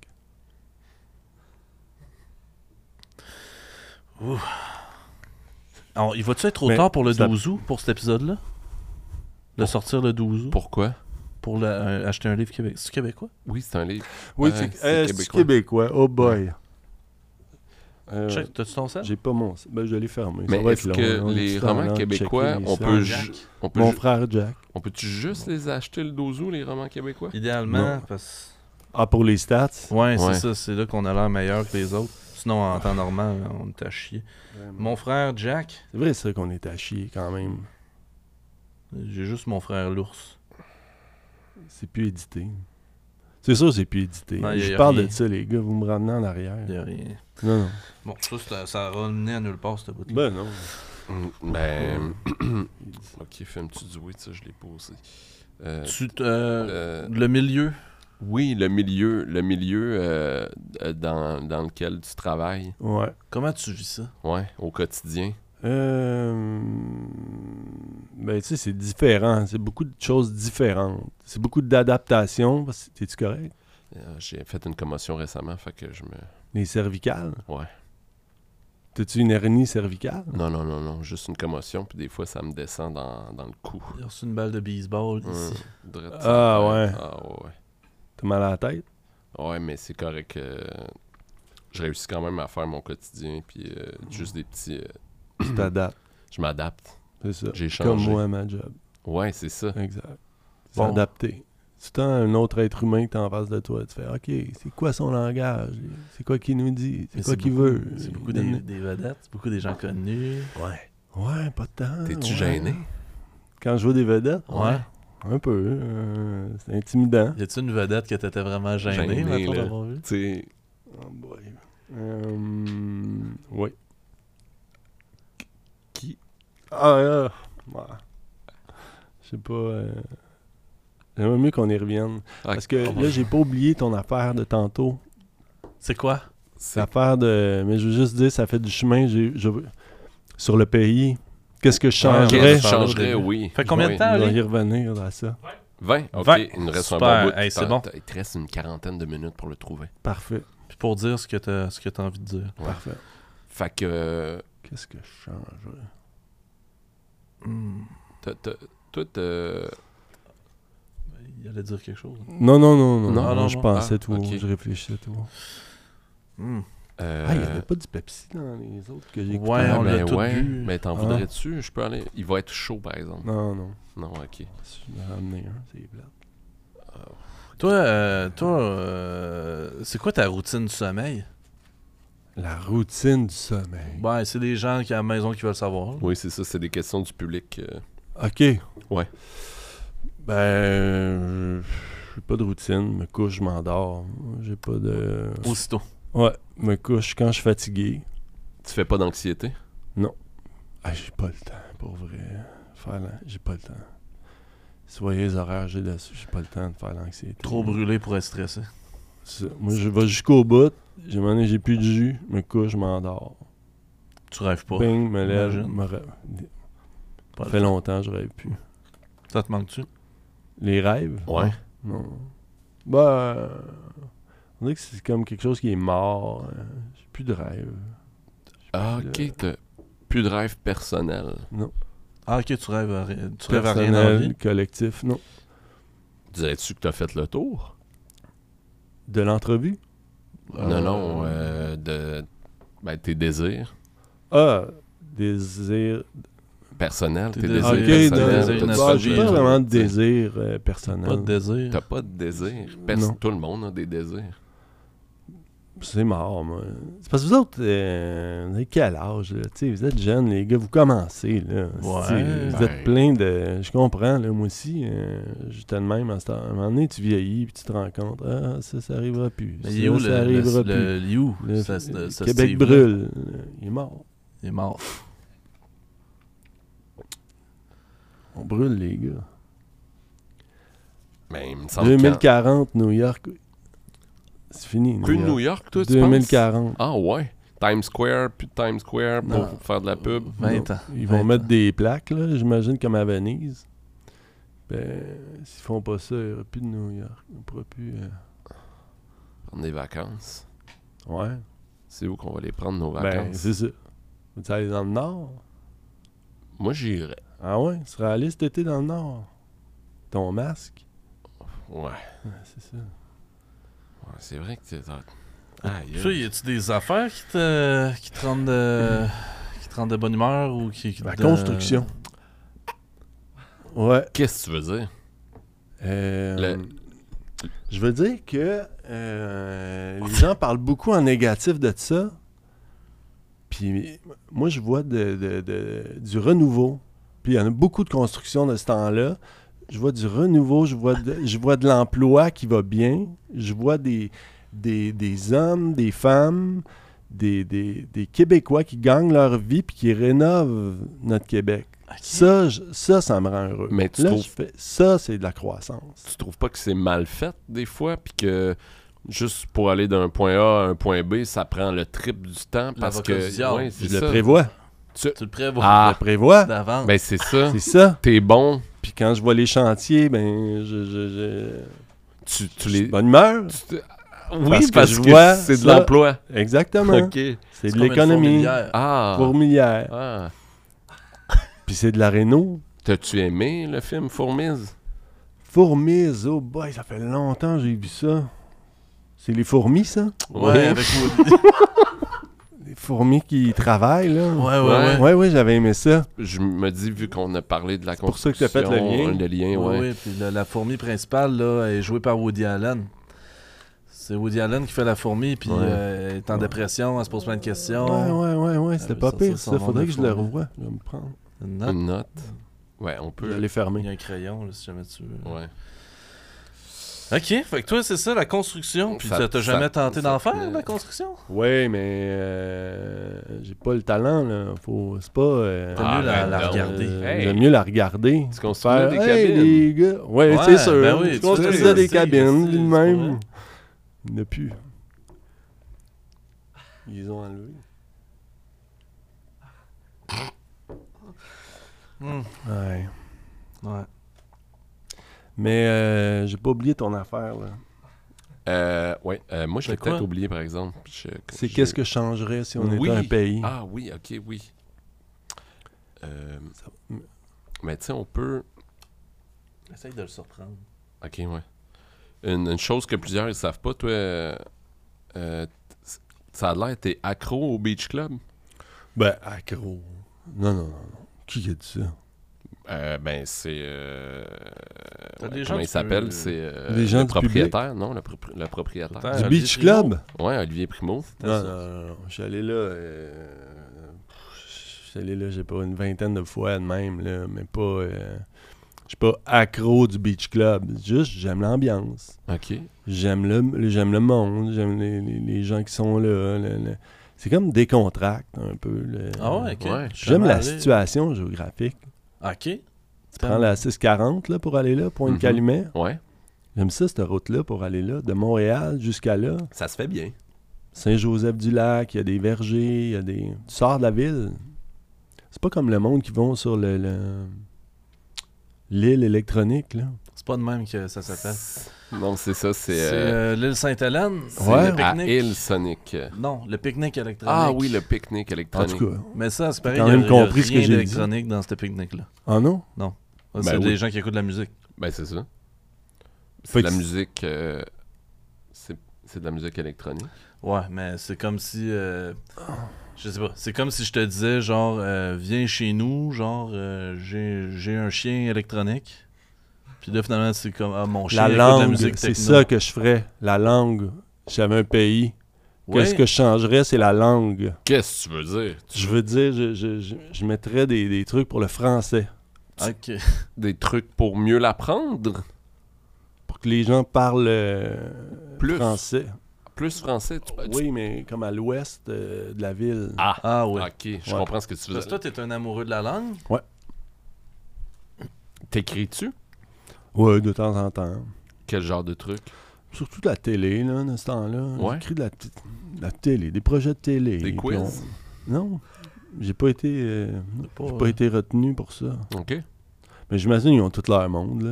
Speaker 2: Alors, il va-tu être trop
Speaker 3: Mais
Speaker 2: tard pour le
Speaker 3: ça-
Speaker 2: 12 août, pour cet épisode-là? De sortir le 12 août? Pour,
Speaker 1: Pourquoi?
Speaker 2: le- un- acheter un livre québécois. C'est québécois?
Speaker 1: Oui, c'est un livre.
Speaker 3: Oui,
Speaker 1: Ouais,
Speaker 3: c'est
Speaker 1: c'est
Speaker 3: euh, c'est
Speaker 1: québécois.
Speaker 3: québécois. Oh boy. Euh,
Speaker 2: Check, t'as-tu ton sel?
Speaker 3: j'ai pas mon. Ben, je l'ai fermé.
Speaker 1: Mais
Speaker 3: ça va
Speaker 1: est-ce
Speaker 3: être long, hein.
Speaker 1: que
Speaker 3: on est
Speaker 1: les
Speaker 3: tout en
Speaker 1: romans
Speaker 3: train de
Speaker 1: québécois,
Speaker 3: checker les
Speaker 1: on
Speaker 3: salles.
Speaker 1: peut,
Speaker 2: Jack.
Speaker 1: ju- on peut,
Speaker 3: Mon
Speaker 1: ju-
Speaker 3: frère Jack.
Speaker 1: on peut-tu juste les acheter le 12 août, les romans québécois?
Speaker 3: Mm,
Speaker 2: Idéalement,
Speaker 3: Non.
Speaker 2: parce...
Speaker 3: Ah, pour les stats
Speaker 2: Ouais,
Speaker 1: Ouais.
Speaker 2: c'est ça, c'est là qu'on a l'air meilleur que les autres. Sinon, en temps normal, on est à chier. Mon frère Jack,
Speaker 3: C'est vrai, c'est ça qu'on est à chier quand même.
Speaker 2: j'ai juste mon frère l'ours.
Speaker 3: C'est plus édité. C'est sûr, c'est plus édité.
Speaker 2: Non, y a- y
Speaker 3: je
Speaker 2: a
Speaker 3: parle
Speaker 2: rien.
Speaker 3: de ça, les gars. Vous me ramenez en arrière.
Speaker 2: Il y a rien.
Speaker 3: Non, non.
Speaker 2: Bon, ça, c'est- ça aura mené à nulle part, cette bout
Speaker 3: Ben, non.
Speaker 1: Ben. ok, fais-tu du oui, ça, je l'ai posé. Euh,
Speaker 2: Tu, t- euh,
Speaker 1: euh,
Speaker 2: le milieu,
Speaker 1: oui, le milieu, le milieu euh, euh, dans, dans lequel tu travailles,
Speaker 3: Ouais.
Speaker 2: comment tu vis ça?
Speaker 1: ouais, au quotidien.
Speaker 3: Euh, Ben, tu sais, c'est différent. C'est beaucoup de choses différentes. C'est beaucoup d'adaptation. parce que- T'es-tu correct?
Speaker 1: Euh, J'ai fait une commotion récemment, fait que je me.
Speaker 3: Les cervicales.
Speaker 1: Ouais.
Speaker 3: T'as-tu une hernie cervicale?
Speaker 1: Non, non, non, non, juste une commotion, puis des fois, ça me descend dans, dans le cou.
Speaker 2: Il a reçu une balle de baseball
Speaker 1: Hum,
Speaker 2: ici.
Speaker 1: drette sur
Speaker 3: Ah,
Speaker 1: la tête.
Speaker 3: ouais.
Speaker 1: Ah, ouais. ouais.
Speaker 3: T'as mal à la tête?
Speaker 1: Ouais, mais c'est correct. que je réussis quand même à faire mon quotidien, puis euh, juste des petits. euh,
Speaker 3: Tu t'adaptes.
Speaker 1: je m'adapte.
Speaker 3: C'est ça.
Speaker 1: J'ai changé.
Speaker 3: Comme moi à ma job.
Speaker 1: Ouais, c'est ça.
Speaker 3: Exact.
Speaker 2: Bon.
Speaker 3: S'adapter. Tu t'as un autre être humain que t'es en face de toi. Tu fais OK, c'est quoi son langage? C'est quoi qu'il nous dit?
Speaker 2: Mais
Speaker 3: C'est quoi qu'il
Speaker 2: beaucoup-
Speaker 3: veut?
Speaker 2: C'est beaucoup des, des vedettes, c'est beaucoup des gens connus.
Speaker 3: Ouais. Ouais, pas de temps.
Speaker 1: T'es-tu
Speaker 3: ouais.
Speaker 1: gêné?
Speaker 3: Quand je vois des vedettes?
Speaker 2: Ouais.
Speaker 3: Un peu. euh, c'est intimidant.
Speaker 2: Y a-tu une vedette que t'étais vraiment gêné,
Speaker 1: Gêné,
Speaker 2: maintenant
Speaker 1: là.
Speaker 2: d'avoir vu?
Speaker 1: Tu sais,
Speaker 3: Oh boy. Euh, oui. Qui Ah, euh, ouais. Je sais pas. euh, J'aimerais mieux qu'on y revienne.
Speaker 1: Ah,
Speaker 3: Parce que là, j'ai pas oublié ton affaire de tantôt.
Speaker 2: C'est quoi?
Speaker 1: c'est-
Speaker 3: L'affaire de. Mais je veux juste dire, ça fait du chemin. j'ai- je- Sur le pays. Qu'est-ce que je
Speaker 1: Qu'est-ce
Speaker 2: Ouais, on va
Speaker 3: changerais
Speaker 1: que
Speaker 2: se
Speaker 1: je
Speaker 2: parler
Speaker 1: changerais,
Speaker 2: au début.
Speaker 1: oui.
Speaker 2: Fait combien de
Speaker 1: Oui.
Speaker 2: temps?
Speaker 3: Je vais
Speaker 2: Allez.
Speaker 3: y revenir à ça.
Speaker 1: 20? Ok,
Speaker 2: 20.
Speaker 1: il me reste un
Speaker 2: Super.
Speaker 1: bon bout.
Speaker 2: Hey, c'est
Speaker 1: T'as-
Speaker 2: bon.
Speaker 1: t'as- Il te reste une quarantaine de minutes pour le trouver.
Speaker 3: Parfait.
Speaker 2: Puis pour dire ce que t'as ce que t'as envie de dire.
Speaker 1: Ouais.
Speaker 3: Parfait.
Speaker 1: Fait que euh,
Speaker 3: Qu'est-ce que je changerais?
Speaker 2: Hmm.
Speaker 1: T'as- t'as- Toi, t'as- euh,
Speaker 2: Il allait dire quelque chose.
Speaker 3: Non, non, non, non.
Speaker 1: Non,
Speaker 3: Non,
Speaker 2: non,
Speaker 3: je
Speaker 2: non.
Speaker 3: pensais
Speaker 1: Ah,
Speaker 3: tout. haut,
Speaker 1: ok.
Speaker 3: Je réfléchissais tout. haut.
Speaker 1: euh,
Speaker 2: Hmm.
Speaker 3: Ah, il n'y avait pas du Pepsi dans les autres que j'ai écoutés.
Speaker 2: Ouais,
Speaker 1: ah,
Speaker 2: on l'a
Speaker 1: ben
Speaker 2: tout
Speaker 1: ouais,
Speaker 2: bu.
Speaker 1: Mais t'en
Speaker 3: Ah.
Speaker 1: voudrais-tu? Je peux aller. Il va être chaud, par exemple.
Speaker 3: Non, non.
Speaker 1: Non, ok.
Speaker 3: Si je vais ramener un, c'est plate.
Speaker 2: Toi, euh, toi, euh, c'est quoi ta routine du sommeil?
Speaker 3: La routine du sommeil.
Speaker 2: Ben, c'est des gens qui à la maison qui veulent savoir. là.
Speaker 1: Oui, c'est ça, c'est des questions du public. euh.
Speaker 3: OK.
Speaker 1: Ouais.
Speaker 3: Ben, euh, j'ai pas de routine. Je me couche, je m'endors. J'ai pas de.
Speaker 2: Aussitôt.
Speaker 3: Ouais, me couche quand je suis fatigué.
Speaker 1: Tu fais pas d'anxiété?
Speaker 3: Ah, j'ai pas le temps, pour vrai. Faire l'an- J'ai pas le temps. Si vous voyez les horaires que j'ai dessus, j'ai pas le temps de faire l'anxiété.
Speaker 2: Trop brûlé pour être stressé.
Speaker 3: C'est- Moi, je vais jusqu'au bout. J'ai un moment donné, j'ai plus de jus. Je me couche, je m'endors.
Speaker 2: Tu rêves pas.
Speaker 3: Bing, me lève,
Speaker 2: imagine.
Speaker 3: me rêve.
Speaker 2: Pas
Speaker 3: Ça
Speaker 2: le
Speaker 3: fait
Speaker 2: temps.
Speaker 3: longtemps que je rêve plus.
Speaker 2: Ça te manque-tu?
Speaker 3: Les rêves?
Speaker 1: Ouais.
Speaker 3: Non. Ben, on dirait que c'est comme quelque chose qui est mort. euh, J'ai plus de rêve.
Speaker 1: Ah,
Speaker 3: Puis, euh,
Speaker 1: ok, t'as plus de rêve personnel.
Speaker 2: Ah, ok, tu rêves à, ri- tu rêves à rien dans la
Speaker 3: Personnel,
Speaker 2: vie.
Speaker 3: collectif, non.
Speaker 1: Dirais-tu que t'as fait le tour?
Speaker 3: De l'entrevue?
Speaker 1: Non, non, euh, de ben, tes désirs
Speaker 3: Ah, désir.
Speaker 1: personnels,
Speaker 2: Tes
Speaker 1: tes
Speaker 2: désirs.
Speaker 1: désirs
Speaker 3: Ok,
Speaker 2: personnel,
Speaker 1: personnels.
Speaker 2: désirs
Speaker 1: t'as-tu
Speaker 3: non, bah, j'ai
Speaker 2: nostalgique.
Speaker 1: fait
Speaker 3: pas
Speaker 1: le tour?
Speaker 3: vraiment de désir euh, personnel.
Speaker 2: Pas de désir.
Speaker 1: T'as pas de désir. Pers-
Speaker 3: Non.
Speaker 1: Tout le monde a des désirs.
Speaker 3: C'est mort, moi. C'est parce que vous autres, euh, vous avez quel âge, là? Tu sais, vous êtes jeunes, les gars, vous commencez, là.
Speaker 2: Ouais.
Speaker 3: Si, Vous
Speaker 1: Ben.
Speaker 3: êtes plein de... Je comprends, là, moi aussi, euh, j'étais de même à ce temps. À un moment donné, tu vieillis, puis tu te rends compte, ah, ça, ça arrivera plus.
Speaker 2: Mais
Speaker 3: ça,
Speaker 2: il est où
Speaker 3: ça
Speaker 2: le,
Speaker 3: arrivera
Speaker 2: le,
Speaker 3: plus.
Speaker 2: le, il est où,
Speaker 3: Le-
Speaker 2: ça- ça- ça-
Speaker 3: Québec
Speaker 2: Steve-là?
Speaker 3: brûle. Il est mort.
Speaker 2: Il est mort.
Speaker 3: On brûle, les gars.
Speaker 1: Mais Ben, il me semble
Speaker 3: 2040, New York. C'est fini, New
Speaker 1: qu'en- Plus de
Speaker 3: York.
Speaker 1: New York, toi, tu penses?
Speaker 3: 2040.
Speaker 1: Ah ouais. Times Square, plus de Times Square pour
Speaker 3: Non.
Speaker 1: faire de la pub.
Speaker 2: 20 ans.
Speaker 3: Ils
Speaker 2: 20
Speaker 3: vont
Speaker 2: ans.
Speaker 3: mettre des plaques, là, j'imagine, comme à Venise. Ben, s'ils font pas ça, il n'y aura plus de New York. On pourra plus. euh,
Speaker 1: Prendre des vacances.
Speaker 3: Ouais.
Speaker 1: C'est où qu'on va les prendre, nos
Speaker 3: Ben,
Speaker 1: vacances?
Speaker 3: c'est ça. Tu aller dans le Nord?
Speaker 1: Moi, j'irais.
Speaker 3: Ah ouais? Tu seras allé cet été dans le Nord? Ton masque?
Speaker 1: Ouais.
Speaker 3: Ouais, c'est ça.
Speaker 1: Ouais, c'est vrai que t'es... Ah,
Speaker 2: Ça, y a-tu des affaires qui te, qui te rendent de, qui te rendent de bonne humeur ou qui, qui
Speaker 3: La
Speaker 2: te-
Speaker 3: construction. Ouais.
Speaker 1: Qu'est-ce que tu veux dire?
Speaker 3: Euh,
Speaker 1: Le-
Speaker 3: Je veux dire que euh, les gens parlent beaucoup en négatif de ça. Puis moi, je vois de- de- de- du renouveau. Puis il y en a beaucoup de constructions de ce temps-là. Je vois du renouveau, je vois de, je vois de l'emploi qui va bien. Je vois des, des, des hommes, des femmes, des, des- des Québécois qui gagnent leur vie puis qui rénovent notre Québec.
Speaker 2: Ok.
Speaker 3: Ça, je- ça, ça me rend heureux.
Speaker 1: Mais tu
Speaker 3: Là,
Speaker 1: trouves-
Speaker 3: je fais- ça, c'est de la croissance.
Speaker 1: Tu trouves pas que c'est mal fait, des fois, puis que... Juste pour aller d'un point A à un point B, ça prend le triple du temps parce
Speaker 2: L'avocat
Speaker 1: que...
Speaker 2: du diable.
Speaker 1: Ouais, c'est
Speaker 3: Je le
Speaker 1: ça.
Speaker 3: prévois.
Speaker 2: Tu le prévois
Speaker 1: Ah.
Speaker 3: Je le prévois.
Speaker 2: d'avance.
Speaker 1: Ben, c'est ça.
Speaker 3: C'est ça.
Speaker 1: T'es bon,
Speaker 3: Puis quand je vois les chantiers, ben, je. je, je-
Speaker 1: tu, tu
Speaker 3: je suis
Speaker 1: les...
Speaker 3: de bonne humeur.
Speaker 1: tu te- Oui,
Speaker 3: Parce
Speaker 1: parce
Speaker 3: que
Speaker 1: que,
Speaker 3: je vois
Speaker 1: c'est de
Speaker 3: ça.
Speaker 1: l'emploi.
Speaker 3: Exactement. C'est de l'économie.
Speaker 1: Ah.
Speaker 3: Fourmilière.
Speaker 1: ah.
Speaker 3: Puis c'est de la réno.
Speaker 1: T'as-tu aimé le film Fourmise?
Speaker 3: Fourmise. Oh boy, ça fait longtemps que j'ai vu ça. C'est les fourmis, ça?
Speaker 2: Ouais,
Speaker 1: Ouais.
Speaker 2: avec Woody.
Speaker 3: Les fourmis qui travaillent, là.
Speaker 2: Ouais, ouais, ouais.
Speaker 3: Ouais, ouais, j'avais aimé ça.
Speaker 1: Je me dis, vu qu'on a parlé de la
Speaker 3: pour ça que t'as
Speaker 1: construction,
Speaker 3: fait le lien.
Speaker 1: lien,
Speaker 2: Oui,
Speaker 1: ouais.
Speaker 2: oui, puis la, la fourmi principale là, est jouée par Woody Allen. C'est Woody Allen qui fait la fourmi, puis
Speaker 1: Ouais.
Speaker 2: euh, elle est en
Speaker 3: Ouais.
Speaker 2: dépression, elle se pose plein de questions.
Speaker 3: Ouais, ouais, ouais, ouais. C'était
Speaker 2: veut
Speaker 3: pas
Speaker 2: sortir
Speaker 3: pire,
Speaker 2: son
Speaker 3: Oh. Ah, ça.
Speaker 2: nom
Speaker 3: Faudrait
Speaker 2: de
Speaker 3: que je le hein.
Speaker 2: fourmi.
Speaker 3: revois. Je vais me prendre.
Speaker 2: Une note.
Speaker 1: Une note. Ouais, on
Speaker 3: Je
Speaker 1: peut.
Speaker 3: vais les
Speaker 2: Il y
Speaker 3: fermer.
Speaker 2: a un crayon, là, si jamais tu veux.
Speaker 1: Ouais.
Speaker 2: Ok, fait que toi, c'est ça, la construction. Puis
Speaker 1: Ça-
Speaker 2: t'as t'as
Speaker 1: ça-
Speaker 2: jamais tenté
Speaker 1: ça-
Speaker 2: d'en faire,
Speaker 1: euh,
Speaker 2: la construction
Speaker 3: Ouais, mais. euh, j'ai pas le talent, là. Faut. C'est pas. euh,
Speaker 2: T'aimes mieux la-
Speaker 1: ben
Speaker 2: la
Speaker 1: non.
Speaker 2: regarder.
Speaker 3: Euh,
Speaker 1: Hey.
Speaker 3: J'aime mieux la regarder.
Speaker 1: Tu construis
Speaker 3: Faire,
Speaker 1: des
Speaker 3: hey,
Speaker 1: cabines.
Speaker 3: les gars. Ouais,
Speaker 2: Ouais,
Speaker 3: c'est sûr.
Speaker 2: ben
Speaker 3: hein,
Speaker 2: oui, tu
Speaker 3: tu construisais
Speaker 2: sais,
Speaker 3: des
Speaker 2: c'est- c'est-
Speaker 3: cabines
Speaker 2: c'est
Speaker 3: lui-même.
Speaker 2: vrai.
Speaker 3: Il n'y en a plus. Ils ont enlevé.
Speaker 2: Hmm.
Speaker 3: Ouais.
Speaker 2: Ouais.
Speaker 3: Mais euh, j'ai pas oublié ton affaire. là.
Speaker 1: Euh, ouais. euh, moi, je l'ai
Speaker 2: C'est quoi?
Speaker 1: peut-être oublié, par exemple. Je-
Speaker 3: C'est
Speaker 1: je-
Speaker 3: qu'est-ce que je changerais si on
Speaker 1: Oui.
Speaker 3: était un pays?
Speaker 1: Ah oui, ok, oui. Euh,
Speaker 3: Ça-
Speaker 1: mais tu sais, on peut.
Speaker 2: Essaye de le surprendre.
Speaker 1: Ok, ouais. Une, une chose que plusieurs ne savent pas, toi, euh, euh, t- ça a l'air, t'es accro au Beach Club.
Speaker 3: Ben, accro. Non, non, non, non. Qui a dit ça?
Speaker 1: Euh, ben, c'est. euh,
Speaker 2: T'as
Speaker 1: ouais,
Speaker 2: des gens
Speaker 1: comment
Speaker 2: qui
Speaker 1: il s'appelle
Speaker 2: peuvent-
Speaker 1: C'est. euh,
Speaker 3: Des gens
Speaker 1: le
Speaker 3: du
Speaker 1: propriétaire, non le, propri- le propriétaire.
Speaker 2: Pourtant,
Speaker 3: du
Speaker 2: Olivier
Speaker 3: Beach
Speaker 2: Primo.
Speaker 3: Club?
Speaker 1: Ouais, Olivier Primo.
Speaker 3: Non, non, non, non. Je suis allé là. euh, je suis allé là, j'ai pas une vingtaine de fois de même, là, mais pas. euh, je suis pas accro du Beach Club. Juste, j'aime l'ambiance.
Speaker 1: Ok.
Speaker 3: J'aime le, j'aime le monde, j'aime les, les- les gens qui sont là. le- le- C'est comme décontracte un peu. le-
Speaker 2: Ah ouais, ok.
Speaker 1: Ouais.
Speaker 2: Je suis
Speaker 3: J'aime
Speaker 2: jamais
Speaker 3: la
Speaker 2: allé.
Speaker 3: situation géographique.
Speaker 2: Ok.
Speaker 3: Tu prends la 640 là, pour aller là,
Speaker 2: Mm-hmm.
Speaker 3: Pointe-Calumet.
Speaker 1: Ouais.
Speaker 3: J'aime ça, cette route-là, pour aller là, de Montréal jusqu'à là.
Speaker 1: Ça se fait bien.
Speaker 3: Saint-Joseph-du-Lac, il y a des vergers, il y a des. Tu sors de la ville. C'est pas comme le monde qui vont sur le. le- L'île électronique, là.
Speaker 2: C'est pas de même que ça s'appelle.
Speaker 1: Non, c'est ça, c'est.
Speaker 2: C'est
Speaker 1: euh,
Speaker 2: euh, l'île Sainte-Hélène. C'est le
Speaker 3: Ouais.
Speaker 1: à
Speaker 2: pique-nique.
Speaker 1: Hill Sonic.
Speaker 2: Non, le pique-nique électronique.
Speaker 1: Ah oui, le pique-nique
Speaker 3: En
Speaker 1: électronique.
Speaker 3: tout cas.
Speaker 2: Mais ça, c'est pareil.
Speaker 3: quand
Speaker 2: il y a-
Speaker 3: même
Speaker 2: il y a
Speaker 3: compris ce que
Speaker 2: rien
Speaker 3: j'ai dit.
Speaker 2: d'électronique dans ce pique-nique-là.
Speaker 3: Ah non?
Speaker 2: Ça,
Speaker 1: Ben
Speaker 2: c'est
Speaker 1: oui.
Speaker 2: des gens qui écoutent de la musique.
Speaker 1: Ben, c'est ça. C'est
Speaker 3: Fait
Speaker 1: de la
Speaker 3: que-
Speaker 1: musique. euh, c'est c'est de la musique électronique.
Speaker 2: Ouais, mais c'est comme si. euh, je sais pas. C'est comme si je te disais, genre, euh, viens chez nous, genre, euh, j'ai j'ai un chien électronique. Puis là, finalement, c'est comme, ah, mon chien
Speaker 3: La
Speaker 2: écoute de la
Speaker 3: langue,
Speaker 2: musique
Speaker 3: c'est
Speaker 2: techno.
Speaker 3: ça que je ferais. La langue. Si j'avais un pays,
Speaker 2: Ouais.
Speaker 3: qu'est-ce que je changerais? C'est la langue.
Speaker 1: Qu'est-ce que tu veux dire?
Speaker 3: Je veux dire, je, je- je- je mettrais des, des trucs pour le français.
Speaker 2: Ok.
Speaker 1: Des trucs pour mieux l'apprendre?
Speaker 3: Pour que les gens parlent euh,
Speaker 1: Plus.
Speaker 3: français.
Speaker 1: Plus français? tu- tu-
Speaker 3: Oui, mais comme à l'ouest euh, de la ville.
Speaker 1: Ah,
Speaker 2: Ah ouais.
Speaker 1: ok. Je
Speaker 3: Ouais.
Speaker 1: comprends ce que tu veux
Speaker 2: Parce que
Speaker 1: dire.
Speaker 2: toi, t'es un amoureux de la langue.
Speaker 1: T'écris-tu?
Speaker 3: Ouais, de temps en temps.
Speaker 1: Quel genre de truc?
Speaker 3: Surtout de la télé, là, dans ce temps-là.
Speaker 1: Ouais.
Speaker 3: J'écris de la, petite- de la télé, des projets de télé.
Speaker 1: Des
Speaker 3: Puis
Speaker 1: quiz?
Speaker 3: on- Non, j'ai pas été euh, j'ai pas été retenu pour ça.
Speaker 1: Ok.
Speaker 3: Mais j'imagine qu'ils ont tout leur monde, là.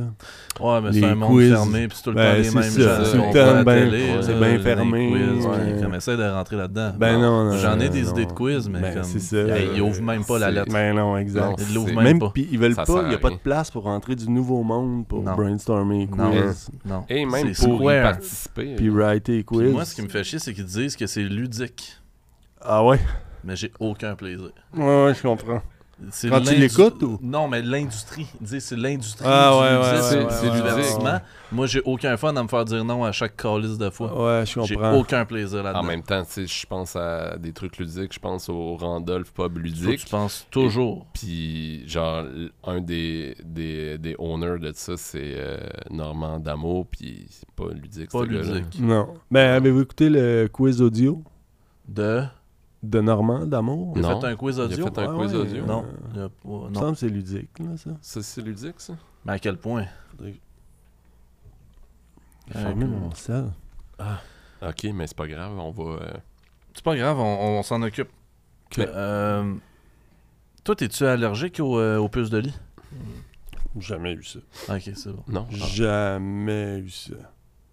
Speaker 2: Ouais, mais
Speaker 3: Les
Speaker 2: c'est un monde
Speaker 3: quiz.
Speaker 2: fermé, puis c'est tout le temps
Speaker 3: Ben,
Speaker 2: les
Speaker 3: c'est
Speaker 2: mêmes
Speaker 3: ça,
Speaker 2: gens.
Speaker 1: c'est
Speaker 2: qu'on
Speaker 1: le
Speaker 2: voit à
Speaker 1: temps
Speaker 2: la
Speaker 1: ben-
Speaker 2: télé,
Speaker 1: c'est
Speaker 2: là,
Speaker 1: bien
Speaker 2: les
Speaker 3: fermé,
Speaker 2: quiz,
Speaker 3: ouais.
Speaker 2: puis Comme essaie de rentrer là-dedans.
Speaker 3: Ben non, non,
Speaker 2: J'en ai
Speaker 3: non,
Speaker 2: des
Speaker 3: non.
Speaker 2: idées de quiz, mais
Speaker 3: Ben,
Speaker 2: comme.
Speaker 3: c'est ça.
Speaker 2: Hey, Ils ouvrent même pas la
Speaker 1: C'est-
Speaker 2: lettre.
Speaker 3: Ben non, exact.
Speaker 1: Non,
Speaker 2: Ils l'ouvrent
Speaker 1: c'est-
Speaker 2: même
Speaker 3: Même,
Speaker 2: pas.
Speaker 3: puis ils veulent
Speaker 1: Ça sert
Speaker 3: pas, il
Speaker 1: à
Speaker 3: n'y a pas
Speaker 1: rien.
Speaker 3: de place pour rentrer du nouveau monde pour
Speaker 2: Non.
Speaker 3: brainstormer
Speaker 2: Non.
Speaker 3: quiz,
Speaker 2: Non.
Speaker 1: Et même
Speaker 2: C'est
Speaker 1: pour y
Speaker 2: Square.
Speaker 1: participer.
Speaker 3: puis writer
Speaker 2: Puis
Speaker 3: quiz.
Speaker 2: moi, ce qui me fait chier, c'est qu'ils disent que c'est ludique,
Speaker 3: Ah ouais?
Speaker 2: mais j'ai aucun plaisir.
Speaker 3: Ouais, ouais, je comprends.
Speaker 2: C'est
Speaker 3: Quand tu
Speaker 2: l'indu-
Speaker 3: l'écoutes ou-
Speaker 2: Non, mais l'industrie. Ils disent c'est l'industrie.
Speaker 3: Ah,
Speaker 2: du
Speaker 3: ouais, ouais,
Speaker 2: ludique,
Speaker 1: ouais,
Speaker 2: du
Speaker 1: ouais, ouais,
Speaker 2: divertissement.
Speaker 3: ouais.
Speaker 2: Moi, j'ai aucun fun à me faire dire non à chaque calice de fois.
Speaker 3: Ouais, Oh, je
Speaker 2: j'ai
Speaker 3: comprends.
Speaker 2: aucun plaisir là-dedans.
Speaker 1: En même temps, tu sais, je pense à des trucs ludiques, je pense au Randolph Pub
Speaker 2: Faut que tu
Speaker 1: ludique.
Speaker 2: penses toujours.
Speaker 1: Puis, genre, l- un des, des, des owners de ça, c'est euh, Normand Damo, puis c'est pas ludique.
Speaker 2: Pas
Speaker 1: ce gars-là.
Speaker 2: ludique.
Speaker 3: Non. Ben, avez-vous écouté le quiz audio
Speaker 2: De.
Speaker 3: de Normand d'Amour?
Speaker 2: Il a
Speaker 1: Non.
Speaker 2: fait un quiz
Speaker 1: Il
Speaker 2: audio.
Speaker 1: a fait un
Speaker 3: Ah
Speaker 1: quiz
Speaker 3: ouais.
Speaker 1: audio.
Speaker 2: Non. il a-
Speaker 3: Il
Speaker 2: ouais,
Speaker 3: me
Speaker 2: non.
Speaker 3: semble que c'est ludique, là, ça.
Speaker 1: Ça, c'est ludique, ça?
Speaker 2: Mais à quel point
Speaker 3: J'ai fermé mon sel.
Speaker 1: Ok, mais c'est pas grave, on va. euh,
Speaker 2: C'est pas grave, on, on s'en occupe.
Speaker 1: Ok.
Speaker 2: Mais, euh, toi, t'es-tu allergique aux, euh, aux puces de lit
Speaker 3: Jamais eu ça.
Speaker 2: Ok, c'est bon.
Speaker 1: Non. Ah.
Speaker 3: Jamais eu ça.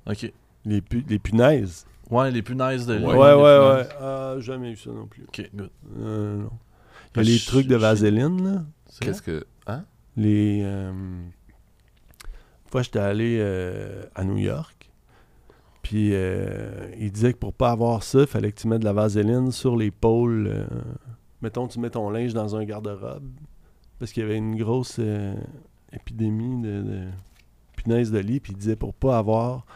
Speaker 2: Ok.
Speaker 3: Les, pu- les punaises.
Speaker 2: Ouais, les punaises de lit.
Speaker 3: Ouais,
Speaker 1: Ouais,
Speaker 3: ouais, ouais.
Speaker 2: les punaises.
Speaker 3: Ah, jamais eu ça non plus.
Speaker 2: Ok, good.
Speaker 3: Euh, non. Il y
Speaker 2: Ah,
Speaker 3: a les
Speaker 2: je-
Speaker 3: trucs de
Speaker 2: je-
Speaker 3: vaseline, là.
Speaker 2: C'est
Speaker 1: Qu'est-ce que. Hein?
Speaker 3: Les. euh, une fois, j'étais allé euh, à New York. Puis, euh, il disait que pour pas avoir ça, il fallait que tu mettes de la vaseline sur l'épaule. euh, mettons, tu mets ton linge dans un garde-robe. Parce qu'il y avait une grosse euh, épidémie de, de punaises de lit. Puis, il disait pour pas avoir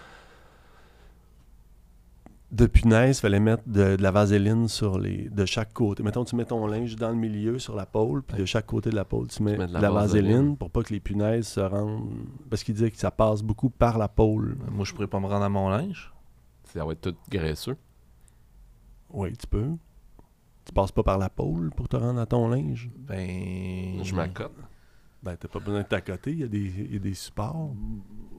Speaker 3: de punaises, il fallait mettre de, de la vaseline sur les, de chaque côté. Mettons, tu mets ton linge dans le milieu sur la pôle. Puis, de chaque côté de la pôle, tu mets, de la, vaseline, pour pas que les punaises se rendent. Parce qu'il disait que ça passe beaucoup par la pôle.
Speaker 2: Moi, je pourrais pas me rendre à mon linge.
Speaker 1: Ça va être tout graisseux.
Speaker 3: Oui, tu peux. Tu passes pas par la pôle pour te rendre à ton linge.
Speaker 2: Ben.
Speaker 1: Je m'accote.
Speaker 3: Ben, t'as pas besoin de t'accoter, il y, a des- il y a des supports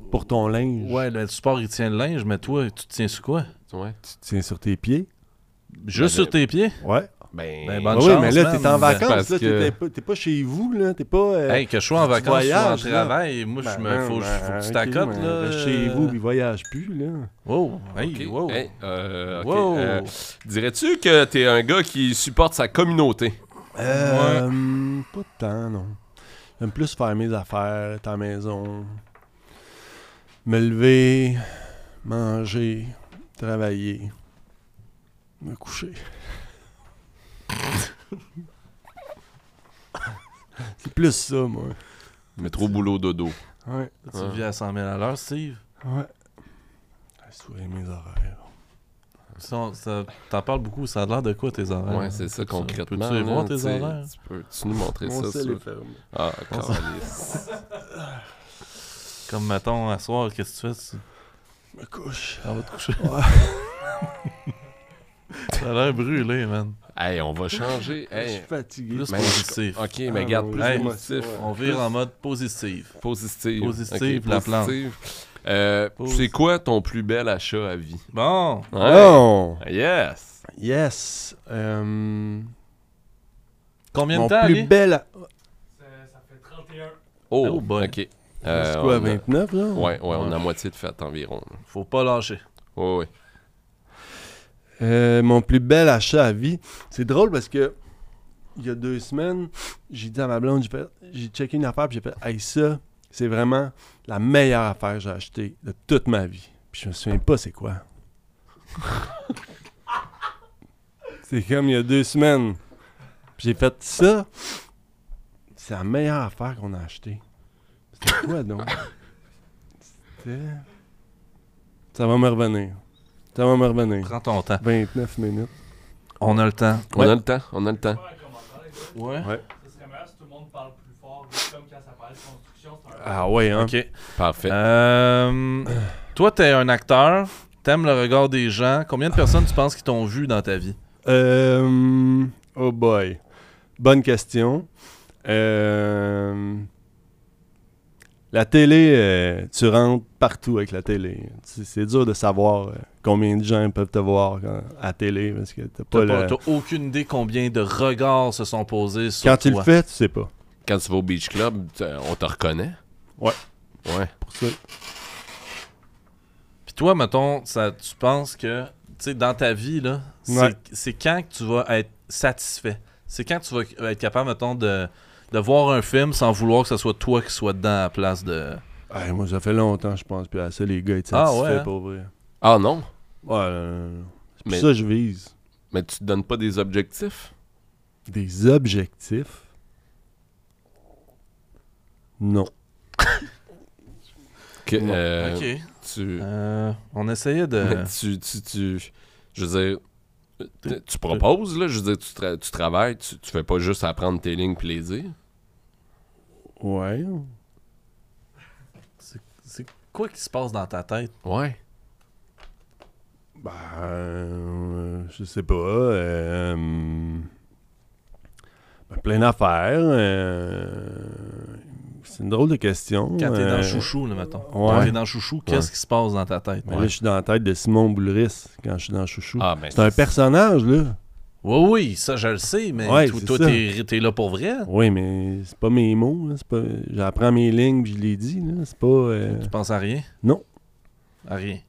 Speaker 3: pour ton linge.
Speaker 2: Ouais, le support, il tient le linge, mais toi, tu te tiens sur quoi
Speaker 1: Ouais.
Speaker 3: Tu te tiens sur tes pieds.
Speaker 1: Ben,
Speaker 2: Juste sur tes pieds
Speaker 3: Ouais.
Speaker 1: Ben.
Speaker 2: Ben,
Speaker 3: Ah
Speaker 2: bonne
Speaker 3: oui,
Speaker 2: chance,
Speaker 3: mais là, t'es
Speaker 2: man.
Speaker 3: en vacances.
Speaker 1: Parce
Speaker 3: Là,
Speaker 1: que-
Speaker 3: t'es, t'es pas, t'es pas chez vous, là. T'es pas. euh,
Speaker 2: Hey, que je sois en
Speaker 3: tu
Speaker 2: vacances
Speaker 3: voyages,
Speaker 2: ou en
Speaker 3: là.
Speaker 2: travail, moi, je
Speaker 3: ben,
Speaker 2: me,
Speaker 3: ben,
Speaker 2: faut, je- faut que tu
Speaker 3: ok,
Speaker 2: t'accotes,
Speaker 3: ben,
Speaker 2: là.
Speaker 3: reste chez vous, puis voyage plus, là.
Speaker 2: Wow. Hey,
Speaker 1: ok.
Speaker 2: wow.
Speaker 1: Hey, euh, ok,
Speaker 2: Wow.
Speaker 1: euh, Dirais-tu que t'es un gars qui supporte sa communauté?
Speaker 3: Euh, Pas tant, non. J'aime plus faire mes affaires, être à la maison, me lever, manger, travailler, me coucher. C'est plus ça, moi.
Speaker 1: Métro, boulot, dodo.
Speaker 3: Ouais.
Speaker 2: Tu
Speaker 1: Ouais.
Speaker 2: vis à 100 000 à l'heure, Steve.
Speaker 3: Ouais. Soyez mes horaires.
Speaker 2: Ça, ça- T'en parles beaucoup, ça a l'air de quoi tes horaires?
Speaker 1: Ouais, c'est ça concrètement.
Speaker 2: Peux-tu les
Speaker 1: là,
Speaker 2: voir tes
Speaker 1: t'sais,
Speaker 2: horaires?
Speaker 1: Tu peux-tu nous montrer ça? ça?
Speaker 3: fermes.
Speaker 1: Ah,
Speaker 2: On sait-
Speaker 1: câlisse.
Speaker 2: Comme mettons, à soir, qu'est-ce que tu fais? tu-
Speaker 3: Me couche.
Speaker 2: T'en vas te coucher.
Speaker 3: Ouais.
Speaker 2: T'as l'air brûlé, man.
Speaker 1: Hey, on va changer.
Speaker 3: Je
Speaker 1: Hey.
Speaker 3: suis fatigué.
Speaker 2: Plus
Speaker 1: mais-
Speaker 2: positif.
Speaker 1: Ok,
Speaker 3: Ah,
Speaker 1: mais garde
Speaker 3: oui.
Speaker 1: plus
Speaker 2: Hey,
Speaker 1: positif.
Speaker 2: On vire en mode positif.
Speaker 1: Positif.
Speaker 2: Positive,
Speaker 1: Ok,
Speaker 2: la plante.
Speaker 1: positive. Euh,
Speaker 2: Positive.
Speaker 1: c'est quoi ton plus bel achat à vie?
Speaker 2: Bon!
Speaker 1: Ouais.
Speaker 3: Non!
Speaker 1: Yes!
Speaker 3: Yes! Euh,
Speaker 2: Combien
Speaker 3: mon
Speaker 2: de temps,
Speaker 3: plus
Speaker 2: Ali?
Speaker 3: belle.
Speaker 1: Oh,
Speaker 2: Oh boy.
Speaker 1: ok. Euh,
Speaker 3: C'est quoi,
Speaker 1: on a-
Speaker 3: 29 là?
Speaker 1: Ouais, ouais, on a moitié de fête environ.
Speaker 2: Faut pas lâcher.
Speaker 1: Ouais, ouais.
Speaker 3: Euh, mon plus bel achat à vie. C'est drôle parce que il y a deux semaines, j'ai dit à ma blonde, j'ai fait- j'ai checké une affaire, puis j'ai fait, hey, ça, c'est vraiment la meilleure affaire que j'ai achetée de toute ma vie. Puis je me souviens pas c'est quoi. c'est comme il y a deux semaines. Puis j'ai fait ça. C'est la meilleure affaire qu'on a achetée. C'était quoi donc? C'était. Ça va me revenir. Ça va me revenir.
Speaker 2: Prends ton temps.
Speaker 3: 29 minutes.
Speaker 2: On a le temps.
Speaker 1: On
Speaker 3: Ouais.
Speaker 1: a le temps, on a le temps.
Speaker 2: Ouais.
Speaker 5: Ce serait meilleur si tout le monde parle plus fort, juste comme quand ça parle de construction. c'est un-
Speaker 3: Ah ouais, hein?
Speaker 2: Ok.
Speaker 1: Parfait.
Speaker 2: Ah. Euh, toi, t'es un acteur. T'aimes le regard des gens. Combien de personnes tu penses qui t'ont vu dans ta vie?
Speaker 3: Euh, oh boy. Bonne question. Euh, la télé, euh, tu rentres partout avec la télé. C'est c'est dur de savoir euh, combien de gens peuvent te voir quand- à télé parce que t'as pas
Speaker 2: T'as
Speaker 3: le...
Speaker 2: pas- t'as aucune idée combien de regards se sont posés sur
Speaker 3: Quand tu
Speaker 2: toi.
Speaker 3: le fais, tu sais pas.
Speaker 1: Quand tu vas au Beach Club, tu- euh, on te reconnaît?
Speaker 3: Ouais.
Speaker 1: Ouais.
Speaker 3: Pour ça.
Speaker 2: Puis toi, mettons, ça, tu penses que, tu sais, dans ta vie, là, c'est-
Speaker 3: Ouais.
Speaker 2: c'est quand que tu vas être satisfait. C'est quand tu vas être capable, mettons, de, de voir un film sans vouloir que ce soit toi qui sois dedans à la place de.
Speaker 3: Ouais, moi, ça fait longtemps, je pense, puis à ça, les gars, ils sont
Speaker 2: Ah
Speaker 3: satisfaits
Speaker 2: ouais, hein?
Speaker 3: pour vrai.
Speaker 1: Ah non?
Speaker 3: Ouais, non, non, non. C'est pour
Speaker 1: Mais-
Speaker 3: ça que je vise.
Speaker 1: Mais tu te donnes pas des objectifs?
Speaker 3: Des objectifs? Non.
Speaker 1: Que, euh,
Speaker 2: ok.
Speaker 1: tu,
Speaker 2: Euh, on essayait de.
Speaker 1: mais tu, tu, tu- Je veux dire, tu- tu proposes, là? Je veux dire, tu, tra- tu travailles, tu, tu fais pas juste apprendre tes lignes plaisir.
Speaker 3: Ouais.
Speaker 2: C'est quoi qui se passe dans ta tête?
Speaker 1: Ouais.
Speaker 3: Ben, euh, je sais pas. euh, ben, plein d'affaires. euh, c'est une drôle de question.
Speaker 2: Quand t'es
Speaker 3: euh,
Speaker 2: dans Chouchou, là, mettons. Quand
Speaker 3: ouais.
Speaker 2: t'es dans Chouchou, qu'est-ce qui se passe dans ta tête?
Speaker 3: ben là, je suis dans la tête de Simon Boulris quand je suis dans Chouchou.
Speaker 1: Ah, mais
Speaker 3: Mm. c'est un personnage, là.
Speaker 2: Oui, oui, ça, je le sais, mais
Speaker 3: Ouais,
Speaker 2: toi,
Speaker 3: c'est
Speaker 2: toi,
Speaker 3: ça.
Speaker 2: t'es t'es là pour vrai.
Speaker 3: Oui, mais c'est pas mes mots. là, c'est pas... J'apprends mes lignes puis je les dis. là, C'est pas. euh,
Speaker 2: Tu penses à rien?
Speaker 3: Non.
Speaker 2: À rien.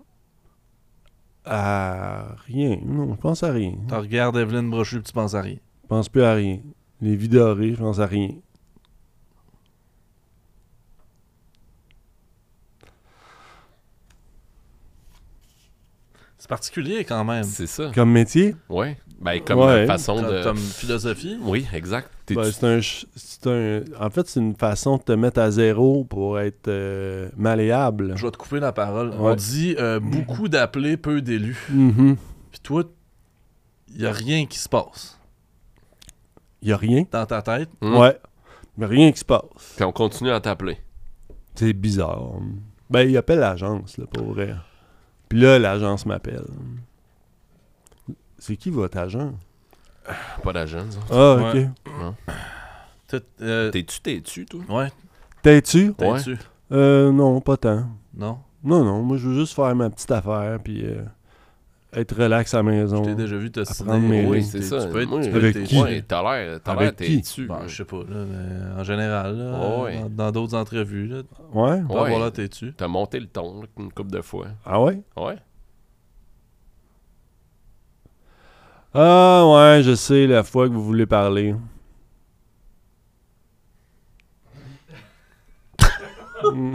Speaker 3: à rien. Non, je pense à rien.
Speaker 2: Tu regardes Evelyne Brochu, puis tu penses à rien.
Speaker 3: Je pense plus à rien. Les vidorés, je pense à rien.
Speaker 2: C'est particulier quand même.
Speaker 1: c'est ça.
Speaker 3: Comme métier,
Speaker 1: Ouais. Ben, comme
Speaker 3: Ouais.
Speaker 1: euh, façon
Speaker 2: Comme,
Speaker 1: de.
Speaker 2: comme philosophie.
Speaker 1: Oui, exact. T'es-
Speaker 3: Ben,
Speaker 1: tu-
Speaker 3: c'est un, ch- c'est un- en fait, c'est une façon de te mettre à zéro pour être euh, malléable.
Speaker 2: Je vais te couper la parole.
Speaker 3: Ouais.
Speaker 2: On dit euh, beaucoup d'appelés, peu d'élus.
Speaker 3: Mhm.
Speaker 2: Puis toi, il a rien qui se passe
Speaker 3: Y a rien.
Speaker 2: dans ta tête.
Speaker 1: Mm.
Speaker 3: Ouais. Mais rien qui se passe.
Speaker 1: Puis on continue à t'appeler.
Speaker 3: C'est bizarre. Ben, il appelle l'agence, là, pour vrai. Puis là, l'agence m'appelle. C'est qui votre agent?
Speaker 1: Pas d'agent, ça.
Speaker 3: Ah, ok.
Speaker 2: Ouais. T'as- euh,
Speaker 1: T'es-tu têtu, toi?
Speaker 2: ouais,
Speaker 3: T'es-tu?
Speaker 2: t'es
Speaker 1: Ouais.
Speaker 2: dessus.
Speaker 3: Euh, non, pas tant.
Speaker 2: Non,
Speaker 3: Non, non, moi, je veux juste faire ma petite affaire, puis euh, être relax à la maison.
Speaker 2: je t'ai déjà vu te
Speaker 3: Apprendre mes
Speaker 1: Oui,
Speaker 3: Oui,
Speaker 1: c'est
Speaker 2: t'es-
Speaker 1: ça.
Speaker 2: Tu peux être,
Speaker 1: Moi,
Speaker 2: tu peux
Speaker 3: Avec
Speaker 2: être-
Speaker 3: qui?
Speaker 1: Ouais, t'as l'air, t'as l'air
Speaker 3: Avec qui?
Speaker 1: têtu.
Speaker 2: Ben, je sais pas, là, mais en général, là,
Speaker 1: Ouais, ouais.
Speaker 2: dans- dans d'autres entrevues, là, tu
Speaker 3: Ouais?
Speaker 2: peux
Speaker 1: Ouais.
Speaker 2: avoir là, t'es dessus.
Speaker 1: T'as monté le ton là, une couple de fois.
Speaker 3: Ah ouais?
Speaker 1: Ouais.
Speaker 3: Ah ouais, je sais la fois que vous voulez parler. Mm.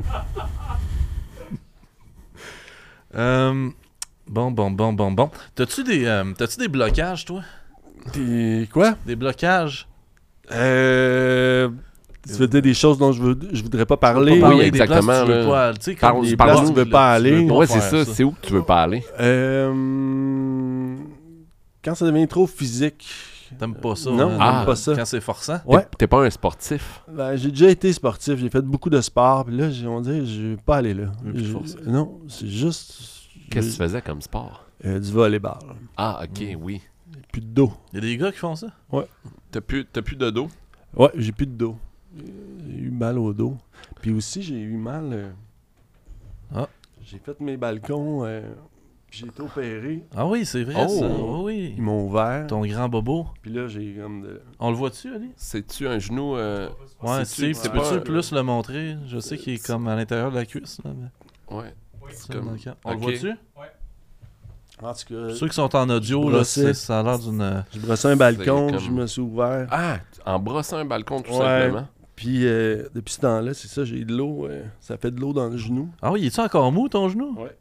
Speaker 2: Euh, bon, bon, bon, bon, bon. T'as-tu des, euh, t'as-tu des blocages, toi?
Speaker 3: Des quoi?
Speaker 2: Des blocages?
Speaker 3: Euh... Tu veux dire des choses dont je, veux, je voudrais pas parler?
Speaker 1: Oui,
Speaker 2: Parler des
Speaker 1: exactement,
Speaker 2: places que tu veux
Speaker 1: là.
Speaker 2: pas aller, tu sais,
Speaker 1: Parle-
Speaker 2: comme des
Speaker 1: parle-nous.
Speaker 2: places
Speaker 3: Tu veux pas
Speaker 2: tu veux
Speaker 3: aller.
Speaker 2: pas
Speaker 1: Ouais, c'est ça.
Speaker 2: faire
Speaker 1: C'est où que tu veux pas aller?
Speaker 3: Euh, Quand ça devient trop physique.
Speaker 2: T'aimes pas ça?
Speaker 3: Non,
Speaker 2: hein,
Speaker 1: Ah.
Speaker 3: j'aime pas ça.
Speaker 2: Quand c'est forçant?
Speaker 1: T'es-
Speaker 3: Ouais.
Speaker 1: T'es pas un sportif.
Speaker 3: Ben, j'ai déjà été sportif, j'ai fait beaucoup de sport, puis là, j'ai- on dirait, je vais pas aller là.
Speaker 2: Tu veux plus te
Speaker 3: Je-
Speaker 2: forcer.
Speaker 3: non, c'est juste
Speaker 1: Qu'est-ce que tu faisais comme sport?
Speaker 3: euh, du volleyball.
Speaker 1: Ah, ok,
Speaker 3: Hmm.
Speaker 1: oui.
Speaker 3: Plus de dos.
Speaker 2: Il y a des gars qui font ça?
Speaker 1: T'as plus, t'as plus de dos?
Speaker 3: Ouais, j'ai plus de dos. J'ai eu mal au dos. Puis aussi, j'ai eu mal. euh,
Speaker 2: Ah.
Speaker 3: J'ai fait mes balcons, euh, puis j'ai été opéré.
Speaker 2: Ah oui, c'est vrai,
Speaker 1: Oh.
Speaker 2: ça. Oui,
Speaker 3: Ils
Speaker 2: oui.
Speaker 3: m'ont ouvert.
Speaker 2: Ton grand bobo.
Speaker 3: Puis là, j'ai comme de.
Speaker 2: On le voit-tu, Ali?
Speaker 1: C'est-tu un genou. euh,
Speaker 2: Ouais,
Speaker 1: C'est-tu-
Speaker 2: Steve,
Speaker 1: c'est
Speaker 2: peux-tu
Speaker 1: pas-
Speaker 2: plus le montrer? Je sais qu'il est
Speaker 1: c'est-
Speaker 2: comme à l'intérieur de la cuisse. Là, mais...
Speaker 1: Ouais. C'est
Speaker 2: ça, dans
Speaker 1: comme.
Speaker 2: le camp. On
Speaker 1: Ok.
Speaker 2: le voit-tu?
Speaker 3: En tout cas,
Speaker 2: Ceux qui sont en audio, là,
Speaker 3: Brossé.
Speaker 2: c'est- ça a l'air d'une... euh,
Speaker 3: je brossais un balcon,
Speaker 1: comme-
Speaker 3: je me suis ouvert.
Speaker 1: Ah, en brossant un balcon, tout
Speaker 3: Ouais.
Speaker 1: simplement.
Speaker 3: Puis euh, depuis ce temps-là, c'est ça, j'ai de l'eau. euh, ça fait de l'eau dans le genou.
Speaker 2: Ah oui, est tu encore mou, ton genou?
Speaker 3: Ouais.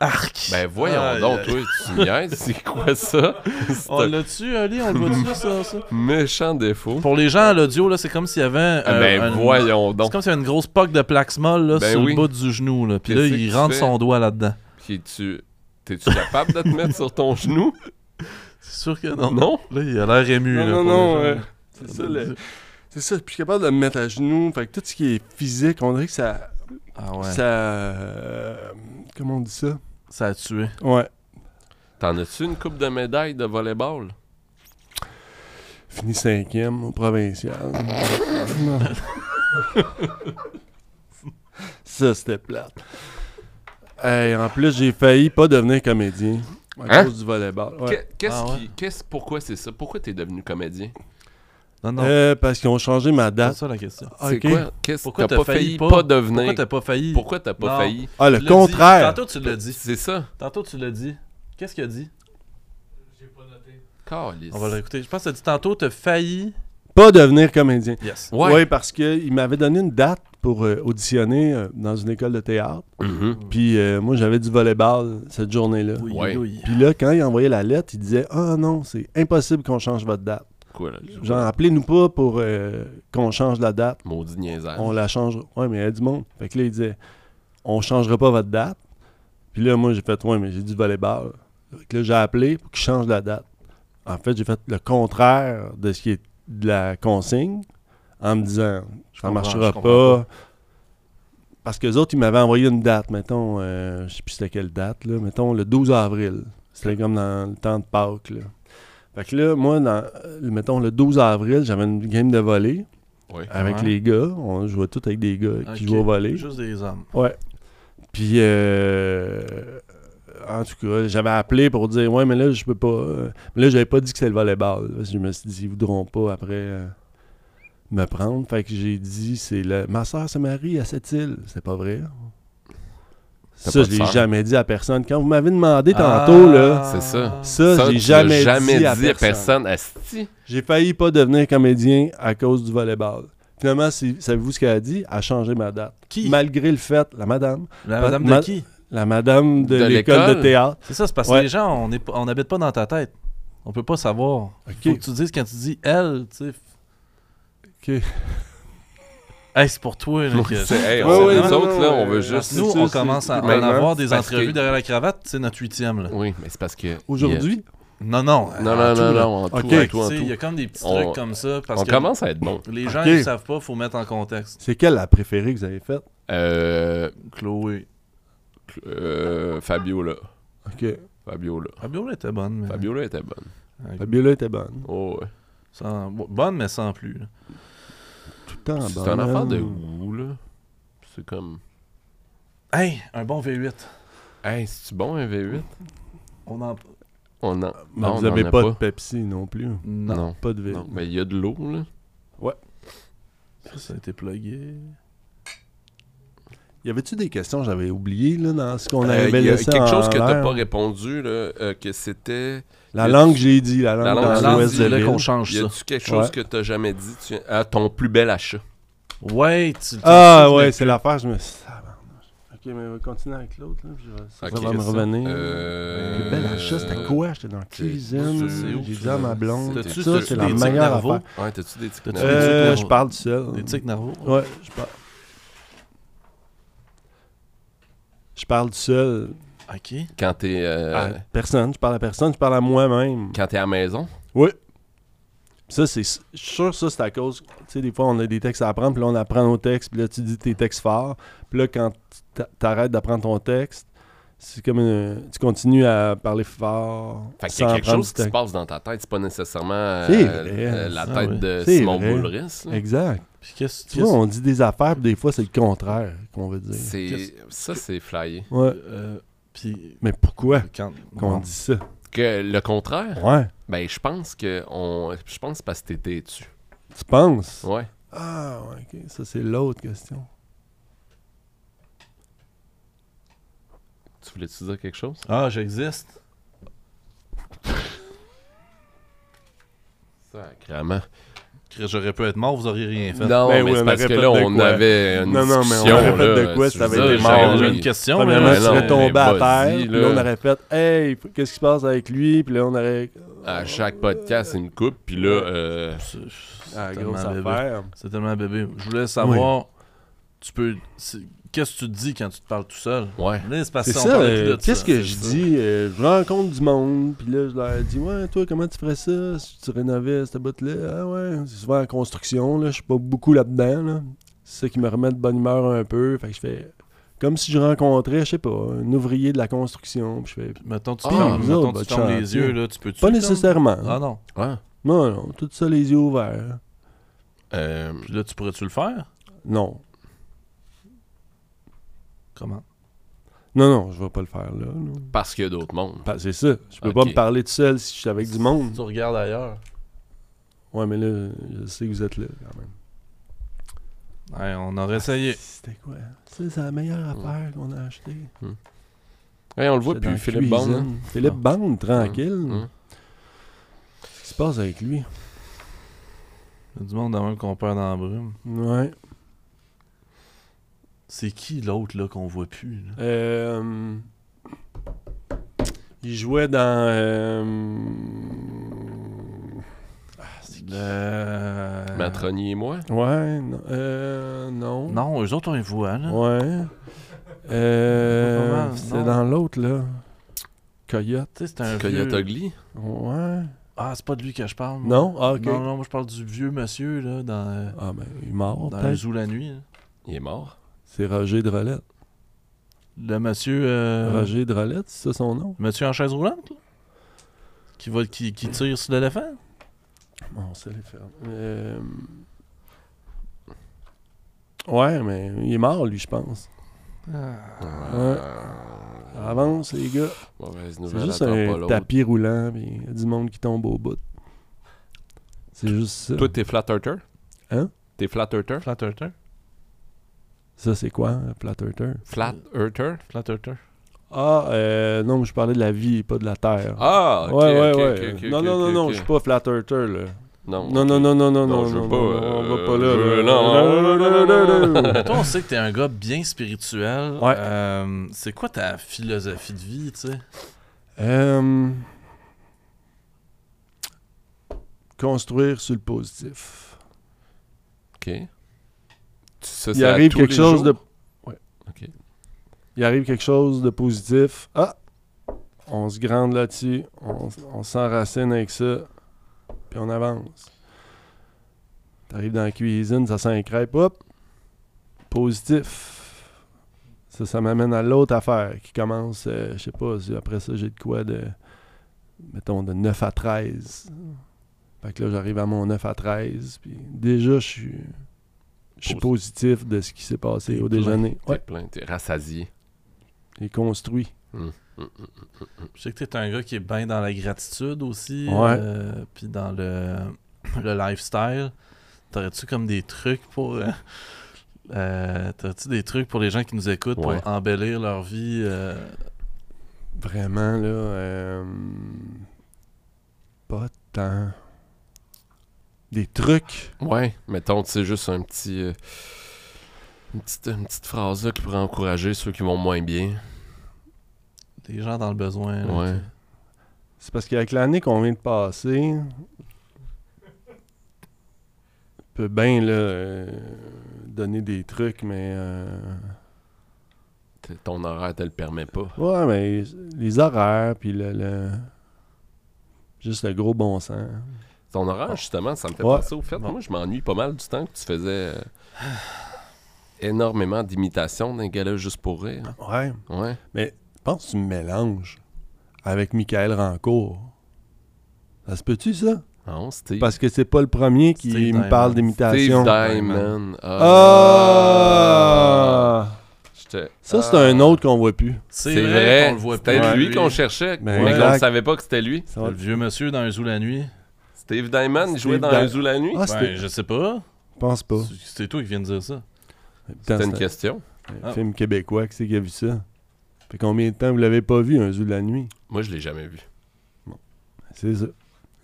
Speaker 2: Arc!
Speaker 1: Ben voyons
Speaker 2: Aïe,
Speaker 1: donc,
Speaker 2: aïe.
Speaker 1: toi, tu me niaises, c'est quoi ça? C'est
Speaker 2: On
Speaker 1: un
Speaker 2: l'a-tu, Ali? On le voit-tu, ça, ça?
Speaker 1: méchant défaut.
Speaker 2: Pour les gens à l'audio, là, c'est comme s'il y avait... euh, un-
Speaker 1: ben
Speaker 2: un-
Speaker 1: voyons
Speaker 2: C'est
Speaker 1: donc.
Speaker 2: comme s'il y avait une grosse poque de plaxmol là,
Speaker 1: Ben
Speaker 2: sur
Speaker 1: oui.
Speaker 2: le bas du genou. Là. Puis là,
Speaker 1: Qu'est-ce
Speaker 2: il
Speaker 1: que
Speaker 2: rentre
Speaker 1: tu
Speaker 2: son doigt là-dedans.
Speaker 1: Puis tu... T'es-tu capable de te mettre sur ton genou?
Speaker 2: C'est sûr que non.
Speaker 1: Non?
Speaker 2: Là, il a l'air ému.
Speaker 3: Non,
Speaker 2: là, pour
Speaker 3: non, non.
Speaker 2: les gens.
Speaker 3: euh, c'est ça, le- c'est ça. Je suis capable de me mettre à genoux. Fait que tout ce qui est physique, on dirait que ça.
Speaker 2: Ah ouais, ça...
Speaker 3: ça euh, comment on dit ça?
Speaker 2: a tué.
Speaker 3: Ouais.
Speaker 1: T'en as-tu une coupe de médaille de volleyball?
Speaker 3: Fini cinquième au provincial. Non. ça, c'était plate. Hey, en plus, j'ai failli pas devenir comédien à
Speaker 1: Hein?
Speaker 3: cause du volleyball. Ouais.
Speaker 1: Qu'est- Qu'est-ce
Speaker 2: Ah ouais.
Speaker 1: qui... qu'est-ce- Pourquoi c'est ça? Pourquoi t'es devenu comédien?
Speaker 2: Non, non,
Speaker 3: Euh, parce qu'ils ont changé ma
Speaker 2: c'est pas
Speaker 3: date.
Speaker 2: ça la question.
Speaker 1: C'est
Speaker 3: Ah, Ok.
Speaker 1: quoi? Qu'est-ce
Speaker 2: Pourquoi
Speaker 1: t'as pas
Speaker 2: t'as
Speaker 1: failli
Speaker 2: failli
Speaker 1: pas,
Speaker 2: pas? Pourquoi
Speaker 1: devenir?
Speaker 2: t'as pas failli?
Speaker 1: Pourquoi t'as pas
Speaker 2: Non.
Speaker 1: failli?
Speaker 3: Ah, le
Speaker 2: Tu l'as dit.
Speaker 3: contraire!
Speaker 2: Tantôt, tu l'as dit.
Speaker 1: C'est ça?
Speaker 2: Tantôt, tu l'as dit. Qu'est-ce qu'il a dit?
Speaker 5: J'ai pas noté.
Speaker 1: Calice.
Speaker 2: On va l'écouter. Je pense que t'as dit tantôt, t'as failli.
Speaker 3: Pas devenir comédien.
Speaker 2: Yes.
Speaker 1: Ouais.
Speaker 3: Oui, parce qu'ils m'avaient donné une date pour euh, auditionner euh, dans une école de théâtre.
Speaker 1: Mhm.
Speaker 3: Puis euh, moi, j'avais du volleyball cette journée-là.
Speaker 2: Oui,
Speaker 1: Ouais.
Speaker 2: oui.
Speaker 3: Puis là, quand ils envoyaient la lettre, ils disaient Ah non, c'est impossible qu'on change votre date.
Speaker 1: Quoi, là?
Speaker 3: Genre, appelez-nous pas pour euh, qu'on change la date.
Speaker 1: Maudit niaisage.
Speaker 3: On la change. Ouais, mais il y a du monde. Fait que là, ils disaient On changera pas votre date. Puis là, moi, j'ai fait Ouais, mais j'ai du volleyball. Fait que là, j'ai appelé pour qu'ils changent la date. En fait, j'ai fait le contraire de ce qui est de la consigne en me disant ça
Speaker 2: comprends, je
Speaker 3: marchera
Speaker 2: comprends
Speaker 3: pas. Parce que les autres, ils m'avaient envoyé une date, mettons, euh, je sais plus c'était quelle date, là, mettons le 12 avril. C'était comme dans le temps de Pâques. Là. Fait que là, moi, dans, euh, mettons le 12 avril, j'avais une game de volley
Speaker 1: Ouais.
Speaker 3: avec
Speaker 2: Ouais.
Speaker 3: les gars. On jouait tout avec des gars qui
Speaker 2: Ok.
Speaker 3: jouent au volley.
Speaker 2: Juste des hommes.
Speaker 3: Ouais. Puis, euh, en tout cas, j'avais appelé pour dire Ouais, mais là, je peux pas. euh, Mais là, j'avais pas dit que c'était le volleyball. Parce que je me suis dit Ils voudront pas après euh, me prendre. Fait que j'ai dit c'est le... Ma soeur se marie à cette île. C'est pas vrai.
Speaker 1: T'as
Speaker 3: Ça,
Speaker 1: pas
Speaker 3: je
Speaker 1: de
Speaker 3: l'ai
Speaker 1: sœur. Ah.
Speaker 3: jamais dit à personne. Quand vous m'avez demandé
Speaker 2: Ah.
Speaker 3: tantôt, là,
Speaker 1: C'est ça.
Speaker 3: ça,
Speaker 1: Ça,
Speaker 3: je
Speaker 1: tu
Speaker 3: l'ai
Speaker 1: l'as
Speaker 3: jamais, dit à
Speaker 1: à
Speaker 3: personne.
Speaker 1: personne. Asti.
Speaker 3: J'ai failli pas devenir comédien à cause du volleyball. Finalement, c'est- savez-vous ce qu'elle a dit? Elle a changé ma date.
Speaker 2: Qui?
Speaker 3: Malgré le fait, la madame,
Speaker 2: La madame
Speaker 3: Ma-
Speaker 2: de qui?
Speaker 3: la madame de,
Speaker 1: De
Speaker 3: l'école
Speaker 1: l'école?
Speaker 3: de théâtre.
Speaker 2: C'est ça, c'est parce que
Speaker 3: Ouais.
Speaker 2: les gens, on est pas- on n'habite pas dans ta tête. On peut pas savoir. Faut que tu dises quand tu dis elle, tu sais.
Speaker 3: Ok.
Speaker 2: Hey, c'est pour toi, là, que-
Speaker 1: C'est- hey,
Speaker 3: Ouais,
Speaker 1: on-
Speaker 3: ouais,
Speaker 1: nous
Speaker 3: non,
Speaker 1: autres,
Speaker 3: non,
Speaker 1: là,
Speaker 3: ouais.
Speaker 1: on veut
Speaker 2: Parce
Speaker 1: juste.
Speaker 2: que nous,
Speaker 3: C'est-
Speaker 2: on
Speaker 3: c'est-
Speaker 2: commence à à en
Speaker 1: Maintenant,
Speaker 2: avoir des
Speaker 1: parce
Speaker 2: entrevues
Speaker 1: que-
Speaker 2: derrière la cravate, c'est notre huitième. Là.
Speaker 1: Oui, mais c'est parce que.
Speaker 3: Aujourd'hui? Ah,
Speaker 2: Non, non.
Speaker 1: il y a- Non,
Speaker 2: en
Speaker 1: non,
Speaker 2: tout,
Speaker 1: non,
Speaker 2: là.
Speaker 1: non, en tout,
Speaker 3: Ok.
Speaker 1: en
Speaker 2: Ouais,
Speaker 1: tout, en
Speaker 2: tu sais, Il y
Speaker 1: tout.
Speaker 2: a comme des petits
Speaker 1: On-
Speaker 2: trucs comme ça. Parce
Speaker 1: On
Speaker 2: que
Speaker 1: commence à être bon.
Speaker 2: Les gens,
Speaker 3: Ok.
Speaker 2: ils le savent pas, faut mettre en contexte.
Speaker 3: C'est quelle la préférée que vous avez faite?
Speaker 1: Euh,
Speaker 2: Chloé.
Speaker 1: euh, Fabiola.
Speaker 3: OK.
Speaker 1: Fabiola.
Speaker 2: Fabiola était bonne, mais.
Speaker 1: Fabiola était bonne.
Speaker 2: Ouais,
Speaker 3: Fabiola était bonne.
Speaker 1: Oh, ouais.
Speaker 2: sans- Bonne, mais sans plus. là.
Speaker 3: Tout le temps bonne.
Speaker 1: C'est un affaire de goût, là. C'est comme.
Speaker 2: Hey, un bon V8.
Speaker 1: Hey, c'est-tu bon un V8?
Speaker 2: On en.
Speaker 1: On en.
Speaker 3: Mais
Speaker 1: Non,
Speaker 3: Euh, vous
Speaker 1: on en
Speaker 3: avez
Speaker 1: a
Speaker 3: pas,
Speaker 1: pas.
Speaker 3: de Pepsi non plus.
Speaker 1: Non.
Speaker 2: Non.
Speaker 1: Non,
Speaker 3: Pas de vin.
Speaker 1: mais il y a de l'eau, là.
Speaker 2: Ça, ça a été plugué.
Speaker 3: Y avait-tu des questions que j'avais oubliées là, dans ce qu'on
Speaker 1: Euh,
Speaker 3: avait
Speaker 1: il y a
Speaker 3: laissé
Speaker 1: quelque chose
Speaker 3: en
Speaker 1: que t'as
Speaker 3: l'air?
Speaker 1: pas répondu, là, euh, que c'était.
Speaker 3: La
Speaker 1: y a-
Speaker 3: langue, j'ai dit. La langue,
Speaker 1: La langue,
Speaker 3: dans
Speaker 1: la langue,
Speaker 3: l'ouest de
Speaker 1: dis-le
Speaker 3: l'île.
Speaker 2: qu'on change
Speaker 1: Y
Speaker 2: ça.
Speaker 1: a-tu quelque chose
Speaker 3: Ouais.
Speaker 1: que t'as jamais dit tu- à ton plus bel achat?
Speaker 2: Ouais, tu le
Speaker 3: Ah
Speaker 2: tu le-
Speaker 3: ouais, c'est l'affaire, je me suis Tabarnouche. Ok, mais on va continuer avec l'autre, là. puis je vais- Ça
Speaker 1: Ok,
Speaker 3: va me
Speaker 2: ça.
Speaker 3: revenir.
Speaker 1: Euh,
Speaker 3: Le bel achat, c'était quoi? J'étais dans la
Speaker 1: c'est-
Speaker 3: cuisine,
Speaker 2: c'est où,
Speaker 3: j'ai dit
Speaker 2: ça?
Speaker 3: à ma blonde,
Speaker 2: T'as-tu-
Speaker 3: ça,
Speaker 2: t'as-tu
Speaker 3: c'est la
Speaker 2: des tics
Speaker 3: meilleure
Speaker 2: nerveux?
Speaker 3: affaire.
Speaker 1: Ouais, t'as-tu des tics
Speaker 2: T'as-tu
Speaker 1: nerveux?
Speaker 2: des
Speaker 3: Euh,
Speaker 2: tics
Speaker 3: je
Speaker 2: nerveux?
Speaker 3: parle du seul.
Speaker 2: Des tics nerveux.
Speaker 3: Ouais, je parle. Je parle du seul.
Speaker 2: Ok.
Speaker 1: Quand t'es euh,
Speaker 3: à personne, je parle à personne, je parle à moi-même.
Speaker 1: quand t'es à la maison,
Speaker 3: Ça, c'est. Je suis sûr que ça, c'est à cause. Tu sais, des fois, on a des textes à apprendre, puis là, on apprend nos textes, puis là, tu dis tes textes forts. Puis là, quand tu t'a- t'arrêtes d'apprendre ton texte, c'est comme. une- tu continues à parler fort.
Speaker 1: fait qu'il y
Speaker 3: sans
Speaker 1: a quelque
Speaker 3: prendre
Speaker 1: chose
Speaker 3: du
Speaker 1: qui se
Speaker 3: texte.
Speaker 1: passe dans ta tête, c'est pas nécessairement euh,
Speaker 3: C'est vrai, Ah
Speaker 1: euh, la
Speaker 2: ça,
Speaker 1: tête
Speaker 2: ouais.
Speaker 1: de
Speaker 3: C'est
Speaker 1: Simon
Speaker 3: vrai.
Speaker 1: Boulris. là.
Speaker 3: Exact.
Speaker 2: Puis qu'est-ce
Speaker 3: Tu vois,
Speaker 2: que.
Speaker 3: on dit des affaires, puis des fois, c'est le contraire qu'on veut dire.
Speaker 1: C'est
Speaker 2: Qu'est-ce-
Speaker 1: ça c'est flyé.
Speaker 3: Ouais.
Speaker 2: Euh, puis
Speaker 3: Mais pourquoi
Speaker 2: quand.
Speaker 3: qu'on
Speaker 2: Ouais.
Speaker 3: Ah, dit ça?
Speaker 1: Que le contraire,
Speaker 3: Ouais.
Speaker 1: ben je pense que on je pense parce que t'es têtu.
Speaker 3: Tu penses?
Speaker 1: Ouais.
Speaker 3: Ah, ouais, ok. Ça, c'est l'autre question.
Speaker 1: Tu voulais-tu dire quelque chose
Speaker 2: Ah, j'existe.
Speaker 1: Sacrément.
Speaker 2: Chris, J'aurais pu être mort, vous auriez rien fait.
Speaker 1: Non,
Speaker 3: Ben
Speaker 1: mais
Speaker 3: oui,
Speaker 1: c'est
Speaker 3: on
Speaker 1: parce
Speaker 3: aurait
Speaker 1: que
Speaker 3: fait
Speaker 1: là
Speaker 3: de
Speaker 1: on
Speaker 3: quoi.
Speaker 1: avait une
Speaker 3: Non, non, mais on
Speaker 1: discussion,
Speaker 3: aurait fait de
Speaker 1: là,
Speaker 3: quoi si
Speaker 1: je
Speaker 3: t'avais
Speaker 1: veux
Speaker 2: J'ai
Speaker 3: été
Speaker 1: dire,
Speaker 3: mort,
Speaker 1: j'aurais-
Speaker 3: là.
Speaker 2: une question. mais
Speaker 3: Premièrement,
Speaker 1: mais
Speaker 3: tu
Speaker 1: non,
Speaker 3: serais tombé
Speaker 1: mais
Speaker 3: à
Speaker 1: vas-y,
Speaker 3: terre, puis là,
Speaker 1: là.
Speaker 3: on aurait fait Hey, f- qu'est-ce qui se passe avec lui? Puis là, on aurait. ah,
Speaker 1: à chaque podcast une coupe puis là euh,
Speaker 2: C'est c'est
Speaker 3: Ah,
Speaker 2: tellement
Speaker 3: grosse
Speaker 2: bébé.
Speaker 3: affaire.
Speaker 2: C'est tellement bébé. Je voulais savoir, tu peux, c'est- qu'est-ce que tu te dis quand tu te parles tout seul?
Speaker 1: ouais.
Speaker 2: Là, c'est parce
Speaker 3: C'est
Speaker 2: qu'on
Speaker 3: ça,
Speaker 2: parlait plus de
Speaker 3: euh, qu'est-ce
Speaker 2: ça.
Speaker 3: que
Speaker 2: C'est
Speaker 3: je
Speaker 2: ça.
Speaker 3: dis? Euh, je rencontre du monde, puis là, je leur dis Ouais, toi, comment tu ferais ça si tu rénovais cette botte-là? Ah ouais, c'est souvent en construction, là, je suis pas beaucoup là-dedans, là. C'est ça qui me remet de bonne humeur un peu. Fait que je fais comme si je rencontrais, je sais pas, un ouvrier de la construction, puis je fais
Speaker 2: Mettons, tu
Speaker 1: Ah,
Speaker 2: fermes,
Speaker 3: nous
Speaker 2: mettons,
Speaker 3: autres,
Speaker 2: tu
Speaker 3: notre
Speaker 2: fermes les
Speaker 3: chantier.
Speaker 2: yeux, là, tu peux-tu...
Speaker 3: Pas
Speaker 2: le fermer?
Speaker 3: nécessairement.
Speaker 2: Ah non.
Speaker 1: Ah.
Speaker 3: Non, non, tout ça les yeux ouverts.
Speaker 1: Euh,
Speaker 2: Puis là, tu pourrais-tu le faire?
Speaker 3: Non.
Speaker 2: Comment?
Speaker 3: Non, non, je vais pas le faire là. non.
Speaker 1: parce qu'il y a d'autres mondes.
Speaker 3: Pas- c'est ça. Je peux pas
Speaker 1: Ok.
Speaker 3: me parler tout seul si je suis avec du monde.
Speaker 2: Tu regardes ailleurs.
Speaker 3: Ouais, mais là, je sais que vous êtes là quand même.
Speaker 2: Ouais, on aurait essayé.
Speaker 3: C'était quoi? hein? Ça, c'est la meilleure affaire qu'on a achetée.
Speaker 1: Hey, on le voit
Speaker 3: J'étais dans
Speaker 1: puis
Speaker 3: la
Speaker 1: Philippe
Speaker 3: cuisine. Hmm.
Speaker 1: Bond. hein.
Speaker 3: Philippe
Speaker 1: Ah.
Speaker 3: Bond, tranquille.
Speaker 1: Hum.
Speaker 3: Qu'est-ce qui se passe avec lui?
Speaker 2: Il y a du monde dans même qu'on perd dans la brume.
Speaker 3: Ouais.
Speaker 2: C'est qui l'autre, là, qu'on voit plus, là?
Speaker 3: Euh, il jouait dans. euh, Ah,
Speaker 2: Le...
Speaker 1: Matroni et moi.
Speaker 3: Ouais, non. euh, non.
Speaker 2: Non, eux autres, on les voit, là.
Speaker 3: Ouais. Euh,
Speaker 2: Pas mal,
Speaker 3: c'est
Speaker 2: non.
Speaker 3: dans l'autre, là. Coyote.
Speaker 2: Tu sais, c'est un vieux...
Speaker 1: Coyote Ugly.
Speaker 3: Ouais.
Speaker 2: Ah, c'est pas de lui que je parle. moi.
Speaker 3: Non? Ah, ok.
Speaker 2: Non, non, moi, je parle du vieux monsieur, là, dans... euh,
Speaker 3: Ah, ben, il est mort,
Speaker 2: Dans le
Speaker 3: peut-être.
Speaker 2: zoo la nuit. là.
Speaker 1: Il est mort.
Speaker 3: C'est Roger Drolette.
Speaker 2: Le monsieur. euh,
Speaker 3: Roger Drolette, c'est ça son nom?
Speaker 2: Monsieur en chaise roulante, là? Qui, va, qui, qui tire sur l'éléphant?
Speaker 3: Bon, on sait les faire. Euh, Ouais, mais il est mort, lui, je pense.
Speaker 1: Euh,
Speaker 3: Avance, les gars.
Speaker 1: Mauvaise
Speaker 3: Ah. C'est
Speaker 1: nouvelle.
Speaker 3: juste
Speaker 1: attends pas
Speaker 3: un
Speaker 1: l'autre.
Speaker 3: tapis roulant, puis il y a du monde qui tombe au bout. C'est juste ça.
Speaker 1: Toi, t'es flat earther?
Speaker 3: Hein?
Speaker 1: T'es flat earther?
Speaker 2: Flat Earther.
Speaker 3: Ça, c'est quoi, un Flat Earther?
Speaker 1: Flat earther?
Speaker 2: Flat Earther.
Speaker 3: Ah, euh, non, mais je parlais de la vie, pas de la terre.
Speaker 1: Ah, ok,
Speaker 3: ouais, ouais,
Speaker 1: ok,
Speaker 3: ouais.
Speaker 1: ok, ok,
Speaker 3: non,
Speaker 1: ok,
Speaker 3: non, non,
Speaker 1: ok,
Speaker 3: non,
Speaker 1: ok.
Speaker 3: je suis pas flat earther, là.
Speaker 1: Non,
Speaker 3: Non,
Speaker 1: ok.
Speaker 3: non, non, non, non,
Speaker 1: Non,
Speaker 3: non,
Speaker 1: je veux
Speaker 3: non,
Speaker 1: pas,
Speaker 3: non,
Speaker 1: euh,
Speaker 3: on va pas là.
Speaker 1: je veux-
Speaker 3: là.
Speaker 1: non, non, non, non, non, non.
Speaker 2: Toi, on sait que t'es un gars bien spirituel.
Speaker 3: Ouais.
Speaker 2: Euh, c'est quoi ta philosophie de vie, tu sais?
Speaker 3: Euh, Construire sur le positif.
Speaker 1: Ok. Tu- ça,
Speaker 3: Il
Speaker 1: c'est à
Speaker 3: arrive
Speaker 1: tous
Speaker 3: quelque
Speaker 1: les
Speaker 3: chose
Speaker 1: jours?
Speaker 3: de... Ouais.
Speaker 1: Ok.
Speaker 3: Il arrive quelque chose de positif. Ah! On se grande là-dessus, on, on s'enracine avec ça, puis on avance. T'arrives dans la cuisine, ça sent les crêpes, hop! Positif. Ça, ça m'amène à l'autre affaire qui commence, euh, je sais pas, si après ça j'ai de quoi de, mettons, de 9 à 13. Fait que là, j'arrive à mon 9 à 13, puis déjà, je suis... Je suis positif de ce qui s'est passé au
Speaker 2: Plein.
Speaker 3: déjeuner.
Speaker 1: T'es
Speaker 3: Ouais,
Speaker 1: plein, t'es rassasié.
Speaker 3: il est construit.
Speaker 2: Je sais que t'es un gars qui est bien dans la gratitude aussi.
Speaker 3: Ouais.
Speaker 2: euh, Puis dans le, le lifestyle. T'aurais-tu comme des trucs pour. euh, euh, T'aurais-tu des trucs pour les gens qui nous écoutent
Speaker 1: Ouais.
Speaker 2: pour embellir leur vie? euh,
Speaker 3: Vraiment, là, euh, pas tant. des trucs.
Speaker 1: Ouais, mettons, tu sais, juste un petit. euh, une, petite, une petite phrase là qui pourrait encourager ceux qui vont moins bien.
Speaker 2: Des gens dans le besoin. là,
Speaker 1: Ouais.
Speaker 2: tu sais.
Speaker 3: C'est parce qu'avec l'année qu'on vient de passer, peut bien là, euh, donner des trucs, mais. euh,
Speaker 1: T- Ton horaire te le permet pas.
Speaker 3: Ouais, mais les horaires, puis le, le- Juste le gros bon sens.
Speaker 1: Ton horaire, justement, ça me fait
Speaker 3: Ouais.
Speaker 1: penser au fait. que
Speaker 2: Bon.
Speaker 1: Moi, je m'ennuie pas mal du temps que tu faisais euh, énormément d'imitations d'un gars juste pour rire.
Speaker 3: Ouais.
Speaker 1: Ouais.
Speaker 3: Je pense que tu me mélanges avec Michael Rancourt. Ça se peut-tu, ça?
Speaker 1: Non, Steve.
Speaker 3: Parce que c'est pas le premier qui
Speaker 2: Steve
Speaker 3: me
Speaker 2: Diamond.
Speaker 3: parle
Speaker 1: Steve
Speaker 3: d'imitation.
Speaker 1: Diamond. Ah!
Speaker 3: Ah!
Speaker 1: J'étais-
Speaker 3: Ça, c'est
Speaker 1: Ah.
Speaker 3: un autre qu'on voit plus.
Speaker 2: C'est
Speaker 1: C'est
Speaker 2: vrai,
Speaker 1: vrai.
Speaker 2: qu'on le voit plus.
Speaker 1: C'était lui
Speaker 2: Ouais.
Speaker 1: qu'on cherchait,
Speaker 3: Ben,
Speaker 1: mais
Speaker 3: ouais.
Speaker 1: qu'on ne
Speaker 3: exact.
Speaker 1: savait pas que c'était lui.
Speaker 3: Ça va-
Speaker 2: Le vieux monsieur dans un zoo la nuit.
Speaker 1: Steve Diamond, il
Speaker 3: Steve
Speaker 1: jouait dans
Speaker 3: Di-
Speaker 1: un zoo la nuit.
Speaker 3: Ah,
Speaker 2: Ben,
Speaker 3: c'était.
Speaker 2: je sais pas.
Speaker 3: Je pense pas.
Speaker 2: C'est- C'est toi qui viens de dire ça.
Speaker 3: Putain,
Speaker 1: C'était une question.
Speaker 3: un film québécois, qui c'est qui a vu ça? Fait combien de temps vous l'avez pas vu, un zoo de la nuit?
Speaker 1: Moi, je l'ai jamais vu.
Speaker 3: C'est ça.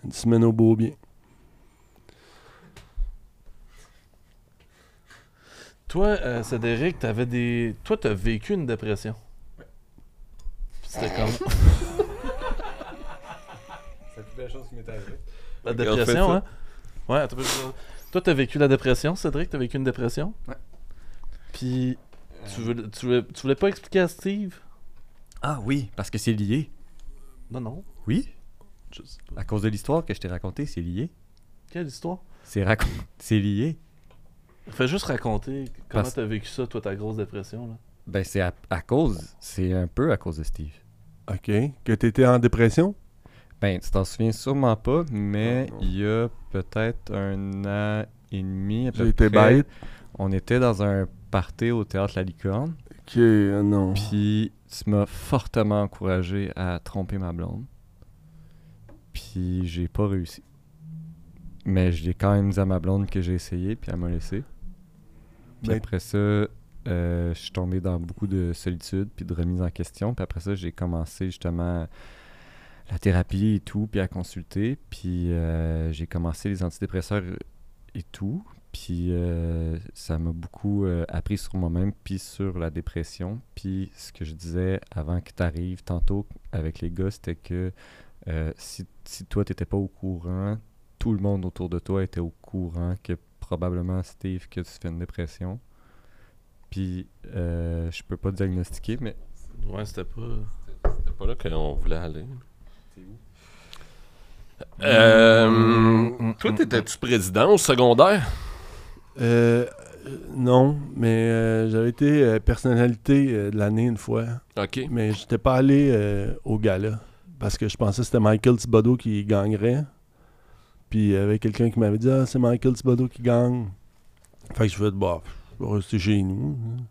Speaker 3: Une semaine au beau bien.
Speaker 2: Toi, euh, Cédric, t'avais des. Toi, t'as vécu une dépression. Puis C'était comme.
Speaker 4: C'est la plus belle chose qui m'est arrivée.
Speaker 2: La
Speaker 1: Regarde,
Speaker 2: dépression,
Speaker 1: fais ça.
Speaker 2: hein? Ouais, attends, un peu, je- Toi, t'as vécu la dépression, Cédric? T'as vécu une dépression?
Speaker 4: Ouais.
Speaker 2: Puis, tu, veux, tu, voulais, tu voulais pas expliquer à Steve?
Speaker 4: Ah oui, parce que c'est lié.
Speaker 2: Non, non.
Speaker 4: Oui,
Speaker 2: Je sais pas.
Speaker 4: à cause de l'histoire que je t'ai racontée, c'est lié.
Speaker 2: Quelle histoire?
Speaker 4: C'est racon... c'est lié.
Speaker 2: Fais juste raconter comment
Speaker 4: Parce-
Speaker 2: t'as vécu ça, toi, ta grosse dépression, là.
Speaker 4: Ben, c'est à, à cause, c'est un peu à cause de Steve.
Speaker 3: OK. Que t'étais en dépression?
Speaker 4: Ben, tu t'en souviens sûrement pas, mais
Speaker 3: Non, non.
Speaker 4: il y a peut-être un an et demi à peu
Speaker 3: J'ai été
Speaker 4: près,
Speaker 3: bête.
Speaker 4: On était dans un party au théâtre La Licorne,
Speaker 3: Ok, euh, non.
Speaker 4: puis tu m'as fortement encouragé à tromper ma blonde. Puis j'ai pas réussi. Mais je l'ai quand même dit à ma blonde que j'ai essayé, puis elle m'a laissé. Puis
Speaker 3: Ben-
Speaker 4: après ça, euh, je suis tombé dans beaucoup de solitude, puis de remise en question. Puis après ça, j'ai commencé justement la thérapie et tout, puis à consulter. Puis euh, j'ai commencé les antidépresseurs et tout. Puis euh, ça m'a beaucoup euh, appris sur moi-même, puis sur la dépression. Puis ce que je disais avant que tu arrives tantôt avec les gars, c'était que euh, si, si toi, t'étais pas au courant, tout le monde autour de toi était au courant que probablement, Steve, que tu fais une dépression. Puis euh, je peux pas te diagnostiquer, mais
Speaker 2: Ouais, c'était pas.
Speaker 1: C'était pas là qu'on voulait aller. Euh,
Speaker 2: Mm.
Speaker 1: toi, t'étais-tu président au secondaire?
Speaker 3: Euh, euh, non, mais euh, j'avais été euh, personnalité euh, de l'année une fois,
Speaker 1: OK.
Speaker 3: mais j'étais pas allé euh, au gala parce que je pensais que c'était Michael Thibodeau qui gagnerait. Puis il y avait quelqu'un qui m'avait dit Ah, c'est Michael Thibodeau qui gagne. Fait que je fais bah, pff, je vais rester chez nous. hein.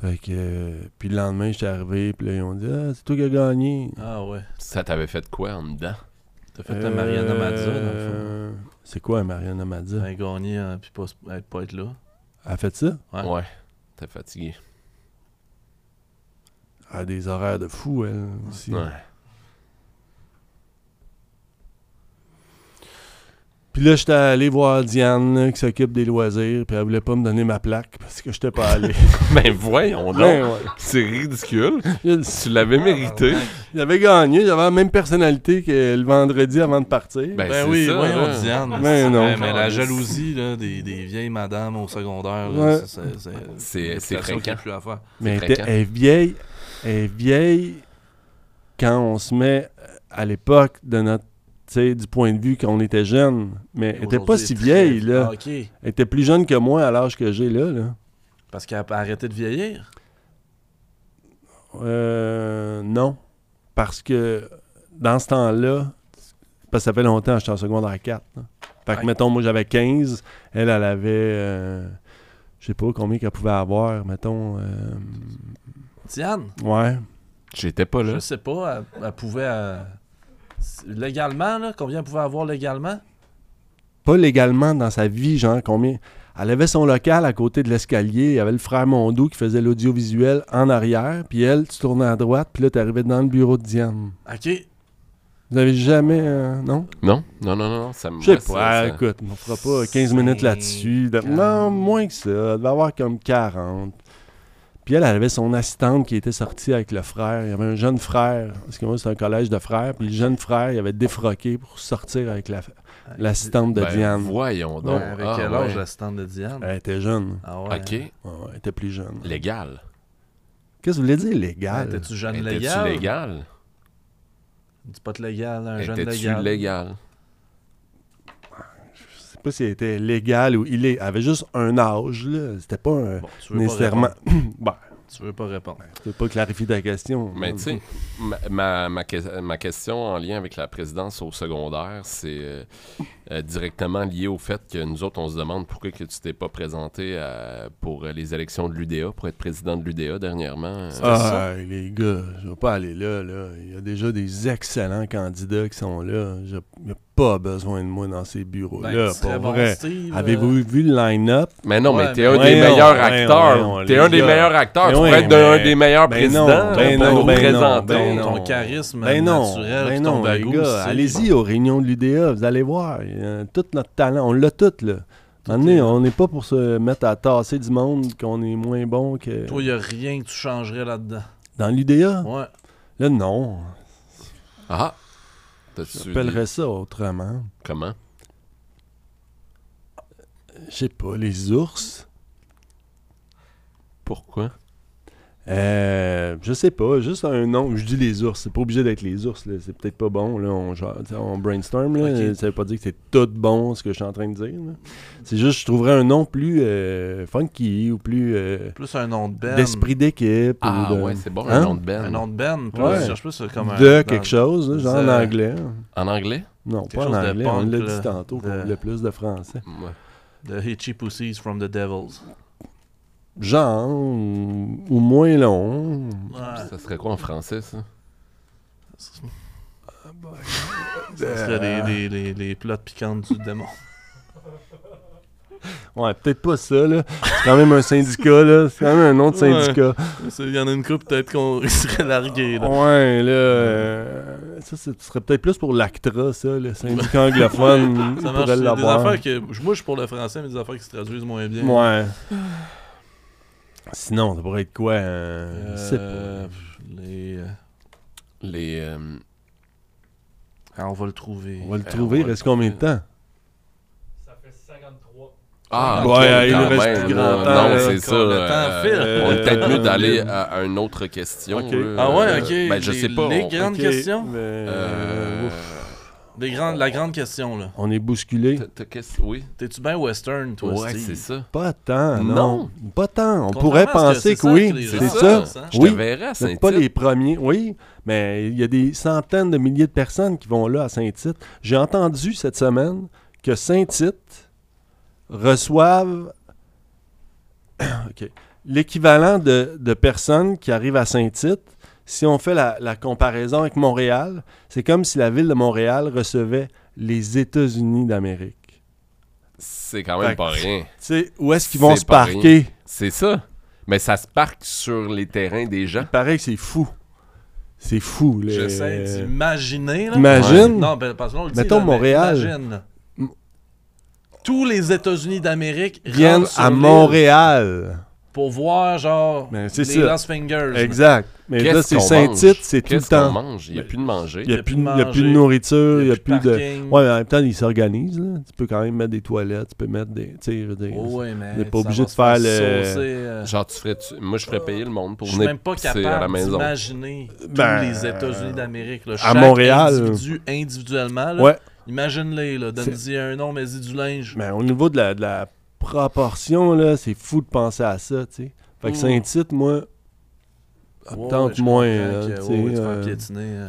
Speaker 3: Fait que euh, puis le lendemain, j'étais arrivé, puis là, ils ont dit ah, c'est toi qui as gagné.
Speaker 2: Ah ouais.
Speaker 1: Ça t'avait fait quoi en dedans?
Speaker 2: T'as fait ta Mariana Mazza, dans le fond.
Speaker 3: Euh, C'est quoi Mariana Madza?
Speaker 2: T'as gagné, hein, puis pas, être- pas être là.
Speaker 3: Elle a fait ça?
Speaker 2: Ouais.
Speaker 1: Ouais. T'es fatigué.
Speaker 3: Elle a des horaires de fou, elle aussi.
Speaker 1: Ouais.
Speaker 3: Puis là, j'étais allé voir Diane là, qui s'occupe des loisirs, puis elle voulait pas me donner ma plaque parce que j'étais pas allé.
Speaker 1: Ben voyons donc.
Speaker 3: Ben ouais.
Speaker 1: C'est ridicule.
Speaker 3: Il-
Speaker 1: Tu l'avais
Speaker 2: Ah,
Speaker 1: mérité.
Speaker 3: J'avais gagné, j'avais la même personnalité que le vendredi avant de partir.
Speaker 1: Ben,
Speaker 2: Ben
Speaker 1: c'est
Speaker 2: oui,
Speaker 1: ça,
Speaker 2: voyons,
Speaker 1: là.
Speaker 2: Diane.
Speaker 3: Mais hein. Ben non.
Speaker 2: Ouais, mais la jalousie là, des, des vieilles madames au secondaire,
Speaker 3: Ouais.
Speaker 2: là, c'est- c'est-
Speaker 1: C'est-
Speaker 2: une
Speaker 1: c'est
Speaker 2: réputation qu'il y
Speaker 1: fréquent.
Speaker 2: a plus à faire.
Speaker 3: Mais
Speaker 1: c'est
Speaker 3: elle, était-
Speaker 1: fréquent.
Speaker 3: elle est vieille, elle est vieille quand on se met à l'époque de notre, tu sais, du point de vue quand on était jeune. Mais elle était pas
Speaker 2: Aujourd'hui,
Speaker 3: si
Speaker 2: très-
Speaker 3: vieille, là.
Speaker 2: Ah, ok.
Speaker 3: Elle était plus jeune que moi à l'âge que j'ai, là, là.
Speaker 2: Parce qu'elle a arrêté de vieillir.
Speaker 3: Euh, non. Parce que dans ce temps-là, parce que ça fait longtemps, j'étais en secondaire 4. là. Fait que,
Speaker 2: Ouais.
Speaker 3: mettons, moi, j'avais 15. Elle, elle avait. euh, je sais pas combien qu'elle pouvait avoir, mettons. euh,
Speaker 2: Diane,
Speaker 3: ouais.
Speaker 1: J'étais pas là.
Speaker 2: je sais pas, elle, elle pouvait. euh, c'est- légalement, là, combien elle pouvait avoir légalement
Speaker 3: Pas légalement dans sa vie, genre, combien. Elle avait son local à côté de l'escalier. Il y avait le frère Mondou qui faisait l'audiovisuel en arrière. Puis elle, tu tournais à droite. Puis là, t'arrivais dans le bureau de Diane.
Speaker 2: Ok.
Speaker 3: Vous avez jamais. euh, non?
Speaker 1: Non, non, non, non, non, ça me.
Speaker 3: Je sais
Speaker 1: moi, ça-
Speaker 3: pas.
Speaker 1: ça- Hmm.
Speaker 3: Écoute, on fera pas 15 minutes là-dessus. De-
Speaker 4: Cinquante.
Speaker 3: Non, moins que ça. Elle devait avoir comme 40. Puis elle, elle avait son assistante qui était sortie avec le frère. Il y avait un jeune frère. Parce que moi, c'est un collège de frères. Puis le jeune frère, il avait défroqué pour sortir avec la- l'assistante de
Speaker 1: Ben,
Speaker 3: Diane.
Speaker 1: Voyons
Speaker 2: Ouais,
Speaker 1: donc.
Speaker 2: Euh, avec
Speaker 1: Ah,
Speaker 2: quel
Speaker 1: ouais.
Speaker 2: âge l'assistante de Diane?
Speaker 3: Elle était jeune.
Speaker 2: Ah ouais.
Speaker 1: Ok,
Speaker 3: Ouais, ouais, elle était plus jeune.
Speaker 1: légal.
Speaker 3: Qu'est-ce que vous voulez dire,
Speaker 2: Ah,
Speaker 3: légal?
Speaker 2: T'es-tu jeune
Speaker 1: Étais-tu
Speaker 2: légal?
Speaker 1: Euh, légal?
Speaker 2: Dis pas de légal, un jeune
Speaker 1: Étais-tu
Speaker 2: légal.
Speaker 1: légal?
Speaker 3: Je sais pas si elle était légale ou il est. Elle avait juste un âge, là. C'était pas un-
Speaker 2: Bon, tu veux pas
Speaker 3: nécessairement.
Speaker 2: répondre.
Speaker 3: bon,
Speaker 2: Tu veux pas répondre. Ben,
Speaker 3: je peux pas clarifier ta question.
Speaker 1: Mais tu sais, ma, ma, ma que- ma question en lien avec la présidence au secondaire, c'est euh, euh, directement lié au fait que nous autres, on se demande pourquoi que tu t'es pas présenté à- pour euh, les élections de l'UDA, pour être président de l'UDA dernièrement. Euh,
Speaker 3: Ah, les gars, je vais pas aller là, là. Il y a déjà des excellents candidats qui sont là. Je- Il n'y a pas besoin de moi dans ces
Speaker 2: Ben,
Speaker 3: bureaux-là,
Speaker 2: tu
Speaker 3: pour
Speaker 2: serais bon,
Speaker 3: vrai.
Speaker 2: Steve, euh,
Speaker 3: Avez-vous vu le line-up?
Speaker 1: Mais non,
Speaker 2: Ouais,
Speaker 1: mais t'es
Speaker 2: mais
Speaker 1: un des
Speaker 3: voyons,
Speaker 1: meilleurs
Speaker 3: voyons,
Speaker 1: acteurs.
Speaker 3: voyons,
Speaker 1: T'es
Speaker 3: les
Speaker 1: un des
Speaker 3: gars.
Speaker 1: meilleurs acteurs.
Speaker 3: Ben
Speaker 1: Tu
Speaker 3: ouais,
Speaker 1: pourrais être d'un
Speaker 3: mais-
Speaker 1: des meilleurs
Speaker 3: ben
Speaker 1: présidents
Speaker 3: non, ben
Speaker 1: pour
Speaker 3: non,
Speaker 1: nous
Speaker 3: ben non,
Speaker 1: présenter.
Speaker 3: ben non.
Speaker 2: Ton charisme
Speaker 3: Ben non,
Speaker 2: naturel,
Speaker 3: ben
Speaker 2: puis ton
Speaker 3: non, les
Speaker 2: bagou,
Speaker 3: gars,
Speaker 2: c'est-
Speaker 3: allez-y aux réunions de l'UDA, vous allez voir. Il y a tout notre talent, on l'a tout, là. Un moment donné,
Speaker 2: est là.
Speaker 3: on n'est pas pour se mettre à tasser du monde qu'on est moins bon que...
Speaker 2: Toi, y a rien que tu changerais là-dedans.
Speaker 3: Dans l'UDA?
Speaker 2: Ouais.
Speaker 3: Là, non.
Speaker 1: Ah!
Speaker 3: Je
Speaker 1: T'as-tu
Speaker 3: appellerais ça autrement.
Speaker 1: dit- Comment?
Speaker 3: Je sais pas, les ours?
Speaker 1: Pourquoi?
Speaker 3: Euh, je sais pas, juste un nom. Je dis les ours, c'est pas obligé d'être les ours, là. c'est peut-être pas bon. Là, on, genre, tu sais, on brainstorm, là.
Speaker 2: Ok.
Speaker 3: ça veut pas dire que c'est tout bon ce que je suis en train de dire. là. C'est juste, je trouverais un nom plus euh, funky ou plus euh,
Speaker 2: Plus un nom de Ben.
Speaker 3: d'esprit d'équipe. ou
Speaker 1: Ah
Speaker 3: de-
Speaker 1: ouais, c'est bon,
Speaker 3: Hein?
Speaker 1: un nom de Ben.
Speaker 2: Un nom de Ben. Plus,
Speaker 3: Ouais.
Speaker 2: je cherche plus comme un.
Speaker 3: de
Speaker 2: dans-
Speaker 3: quelque chose, là, genre
Speaker 2: dans-
Speaker 3: en anglais.
Speaker 1: En anglais?
Speaker 3: Non,
Speaker 2: Quelque
Speaker 3: pas en
Speaker 2: chose de
Speaker 3: anglais, on
Speaker 2: punk,
Speaker 3: l'a
Speaker 2: là,
Speaker 3: dit tantôt qu'on
Speaker 2: de-
Speaker 3: voulait plus de français.
Speaker 1: Ouais.
Speaker 2: The Hitchy Pussies from the Devils.
Speaker 3: Genre, ou, ou moins long.
Speaker 2: Ouais.
Speaker 1: Ça serait quoi en français, ça?
Speaker 2: Ça serait
Speaker 3: Ah,
Speaker 2: les, les, les, les plottes piquantes du démon.
Speaker 3: Ouais, peut-être pas ça, là. C'est quand même un syndicat, là. C'est quand même un autre
Speaker 2: Ouais.
Speaker 3: syndicat.
Speaker 2: Il y en a une coupe peut-être qu'on serait largué. Là.
Speaker 3: Ouais, là. euh, ça, ce serait peut-être plus pour l'ACTRA, ça, le syndicat
Speaker 2: Ça
Speaker 3: anglophone. Il
Speaker 2: marche.
Speaker 3: pourrait
Speaker 2: C'est des
Speaker 3: l'avoir.
Speaker 2: affaires que. Moi, je suis pour le français, mais des affaires qui se traduisent moins bien.
Speaker 3: Ouais. Sinon, ça pourrait être quoi euh, je sais pas.
Speaker 2: Euh, les, euh,
Speaker 1: Les... euh,
Speaker 2: ah, on va le trouver.
Speaker 3: On va le
Speaker 1: euh,
Speaker 3: trouver.
Speaker 1: on
Speaker 3: Il
Speaker 1: va
Speaker 3: reste combien de temps
Speaker 5: Ça fait 53.
Speaker 1: Ah,
Speaker 3: Ouais,
Speaker 1: ok,
Speaker 3: il
Speaker 1: quand
Speaker 3: reste
Speaker 1: même,
Speaker 3: plus grand
Speaker 1: là.
Speaker 3: temps,
Speaker 1: Non,
Speaker 3: là.
Speaker 1: c'est ça.
Speaker 2: Le temps
Speaker 1: euh,
Speaker 2: file.
Speaker 1: euh, On est peut-être mieux
Speaker 3: Euh,
Speaker 1: d'aller à, à une autre question.
Speaker 3: Ok.
Speaker 1: là.
Speaker 2: Ah ouais,
Speaker 1: Euh,
Speaker 2: ok.
Speaker 1: Ben, je
Speaker 2: les-
Speaker 1: sais pas.
Speaker 2: les
Speaker 1: on-
Speaker 2: grandes
Speaker 3: Ok,
Speaker 2: questions?
Speaker 3: mais,
Speaker 1: Euh,
Speaker 3: euh, ouf,
Speaker 2: Des grandes, la grande question, là.
Speaker 3: On est bousculé.
Speaker 1: t'as- t'as qu'est-ce- Oui,
Speaker 2: T'es-tu bien western, toi,
Speaker 1: ouais,
Speaker 2: Steve?
Speaker 1: c'est ça.
Speaker 3: Pas tant, non.
Speaker 1: Non.
Speaker 3: Pas tant. On
Speaker 2: Contrairement
Speaker 3: pourrait
Speaker 2: à ce que
Speaker 3: penser
Speaker 2: c'est
Speaker 3: que
Speaker 2: ça que
Speaker 3: oui,
Speaker 2: les gens
Speaker 3: c'est ça.
Speaker 2: pensent.
Speaker 1: Je
Speaker 3: Oui.
Speaker 1: te verrais à
Speaker 3: Vous êtes
Speaker 1: Saint-Tite.
Speaker 3: pas les premiers, oui, mais il y a des centaines de milliers de personnes qui vont là à Saint-Tite. J'ai entendu cette semaine que Saint-Tite reçoivent OK. l'équivalent de, de personnes qui arrivent à Saint-Tite. Si on fait la, la comparaison avec Montréal, c'est comme si la ville de Montréal recevait les États-Unis d'Amérique.
Speaker 1: C'est quand même
Speaker 3: Fait
Speaker 1: pas
Speaker 3: que-
Speaker 1: rien.
Speaker 3: Tu sais, où est-ce qu'ils vont
Speaker 1: C'est
Speaker 3: se
Speaker 1: pas rien.
Speaker 3: parquer?
Speaker 1: C'est ça. Mais ça se parque sur les terrains des gens.
Speaker 3: Pareil, c'est fou. C'est fou. les-
Speaker 2: J'essaie d'imaginer, là.
Speaker 3: euh, Imagine.
Speaker 2: Non, ben, parce que là, on le dit,
Speaker 3: Mettons
Speaker 2: là, mais
Speaker 3: Montréal.
Speaker 2: imagine, là.
Speaker 3: M-
Speaker 2: Tous les États-Unis d'Amérique
Speaker 3: viennent
Speaker 2: rentrent sur
Speaker 3: à
Speaker 2: l'île
Speaker 3: Montréal.
Speaker 2: Pour voir, genre,
Speaker 3: Ben, c'est
Speaker 2: les
Speaker 3: ça.
Speaker 2: Lost Fingers.
Speaker 3: Exact. Mais là,
Speaker 1: Qu'est-ce
Speaker 3: c'est
Speaker 1: qu'on
Speaker 3: Saint-Tite,
Speaker 1: mange?
Speaker 3: c'est tout le
Speaker 1: Qu'est-ce qu'on
Speaker 3: temps.
Speaker 1: mange? Il n'y a plus de manger.
Speaker 3: Il n'y
Speaker 2: Y
Speaker 3: a, plus de- il y a plus de
Speaker 2: manger,
Speaker 3: nourriture, il n'y a, plus de.
Speaker 2: parking.
Speaker 3: Ouais, mais en même temps, ils s'organisent. là. Tu peux quand même mettre des toilettes, tu peux mettre des. Tu sais, je veux dire.
Speaker 2: Oh, ouais, mais
Speaker 3: On est pas
Speaker 2: ça
Speaker 3: obligé
Speaker 2: va
Speaker 3: de
Speaker 2: se
Speaker 3: faire le-
Speaker 2: saucer, euh,
Speaker 1: Genre, tu ferais... tu- Moi, je ferais payer le monde pour
Speaker 2: Je suis
Speaker 1: venir
Speaker 2: même pas
Speaker 1: pisser à la
Speaker 2: capable
Speaker 1: maison.
Speaker 2: d'imaginer
Speaker 3: Ben,
Speaker 2: tous les États-Unis d'Amérique. là.
Speaker 3: à
Speaker 2: Chaque
Speaker 3: Montréal.
Speaker 2: individu individuellement. là.
Speaker 3: Ouais.
Speaker 2: Imagine-les, là. Donne-y un nom, mais dis du linge.
Speaker 3: Mais au niveau de la, de la proportion, là, c'est fou de penser à ça, tu sais. Fait que
Speaker 2: Mm.
Speaker 3: Saint-Tite, moi. ça me
Speaker 2: Ouais,
Speaker 3: Tente
Speaker 2: ouais, je
Speaker 3: moins,
Speaker 2: comprends
Speaker 3: là,
Speaker 2: que,
Speaker 3: tu
Speaker 2: ouais,
Speaker 3: sais,
Speaker 2: ouais, tu vas
Speaker 3: euh,
Speaker 2: piétiner, euh.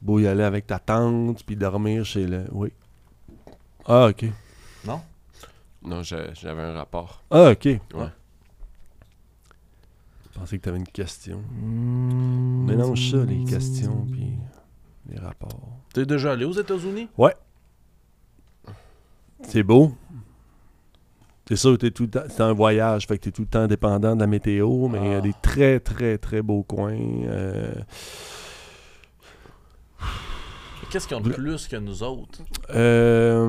Speaker 3: beau y aller avec ta tante, puis dormir chez le. Oui. Ah, ok.
Speaker 1: Non, je- j'avais un rapport.
Speaker 3: Ah, ok.
Speaker 1: Ouais.
Speaker 3: Je pensais que tu avais une question. Mm. Mélange ça,
Speaker 2: Mmh.
Speaker 3: les questions, puis les rapports.
Speaker 2: T'es déjà allé aux États-Unis?
Speaker 3: C'est beau. C'est sûr que t'es tout le temps- c'est un voyage, fait que tu es tout le temps dépendant de la météo, mais il y a
Speaker 2: Ah.
Speaker 3: des très, très, très beaux coins. euh,
Speaker 2: Qu'est-ce qu'ils ont de plus que nous autres?
Speaker 3: Euh,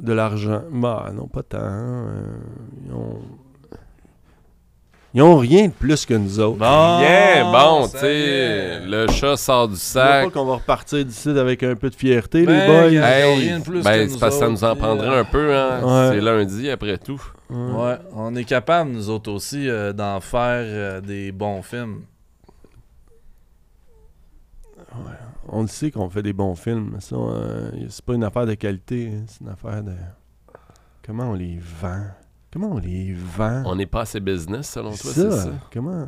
Speaker 3: de l'argent. Bah non, pas tant. Euh, ils, ont... ils ont rien de plus que nous autres.
Speaker 2: Bon!
Speaker 1: yeah, bon, tu
Speaker 2: Ah, ça
Speaker 1: sais,
Speaker 2: y est.
Speaker 1: le chat sort du
Speaker 3: Je vois
Speaker 1: sac.
Speaker 3: pas qu'on va repartir d'ici avec un peu de fierté,
Speaker 2: Ben,
Speaker 3: les
Speaker 2: gars.
Speaker 3: boys.
Speaker 2: Ils ont
Speaker 1: Hey,
Speaker 2: rien de plus
Speaker 1: ben,
Speaker 2: que
Speaker 1: c'est
Speaker 2: nous
Speaker 1: parce que ça
Speaker 2: autres,
Speaker 1: nous en
Speaker 2: puis,
Speaker 1: prendrait
Speaker 2: euh,
Speaker 1: un peu, hein.
Speaker 3: Ouais.
Speaker 1: C'est lundi après tout.
Speaker 3: Ouais.
Speaker 2: Ouais, on est capable, nous autres aussi, euh, d'en faire euh, des bons films.
Speaker 3: On le sait qu'on fait des bons films. mais Ça, euh, c'est pas une affaire de qualité, hein, c'est une affaire de. Comment on les vend Comment on les vend
Speaker 1: On n'est pas assez business, selon toi,
Speaker 3: C'est
Speaker 1: c'est
Speaker 3: ça.
Speaker 1: ça?
Speaker 3: Comment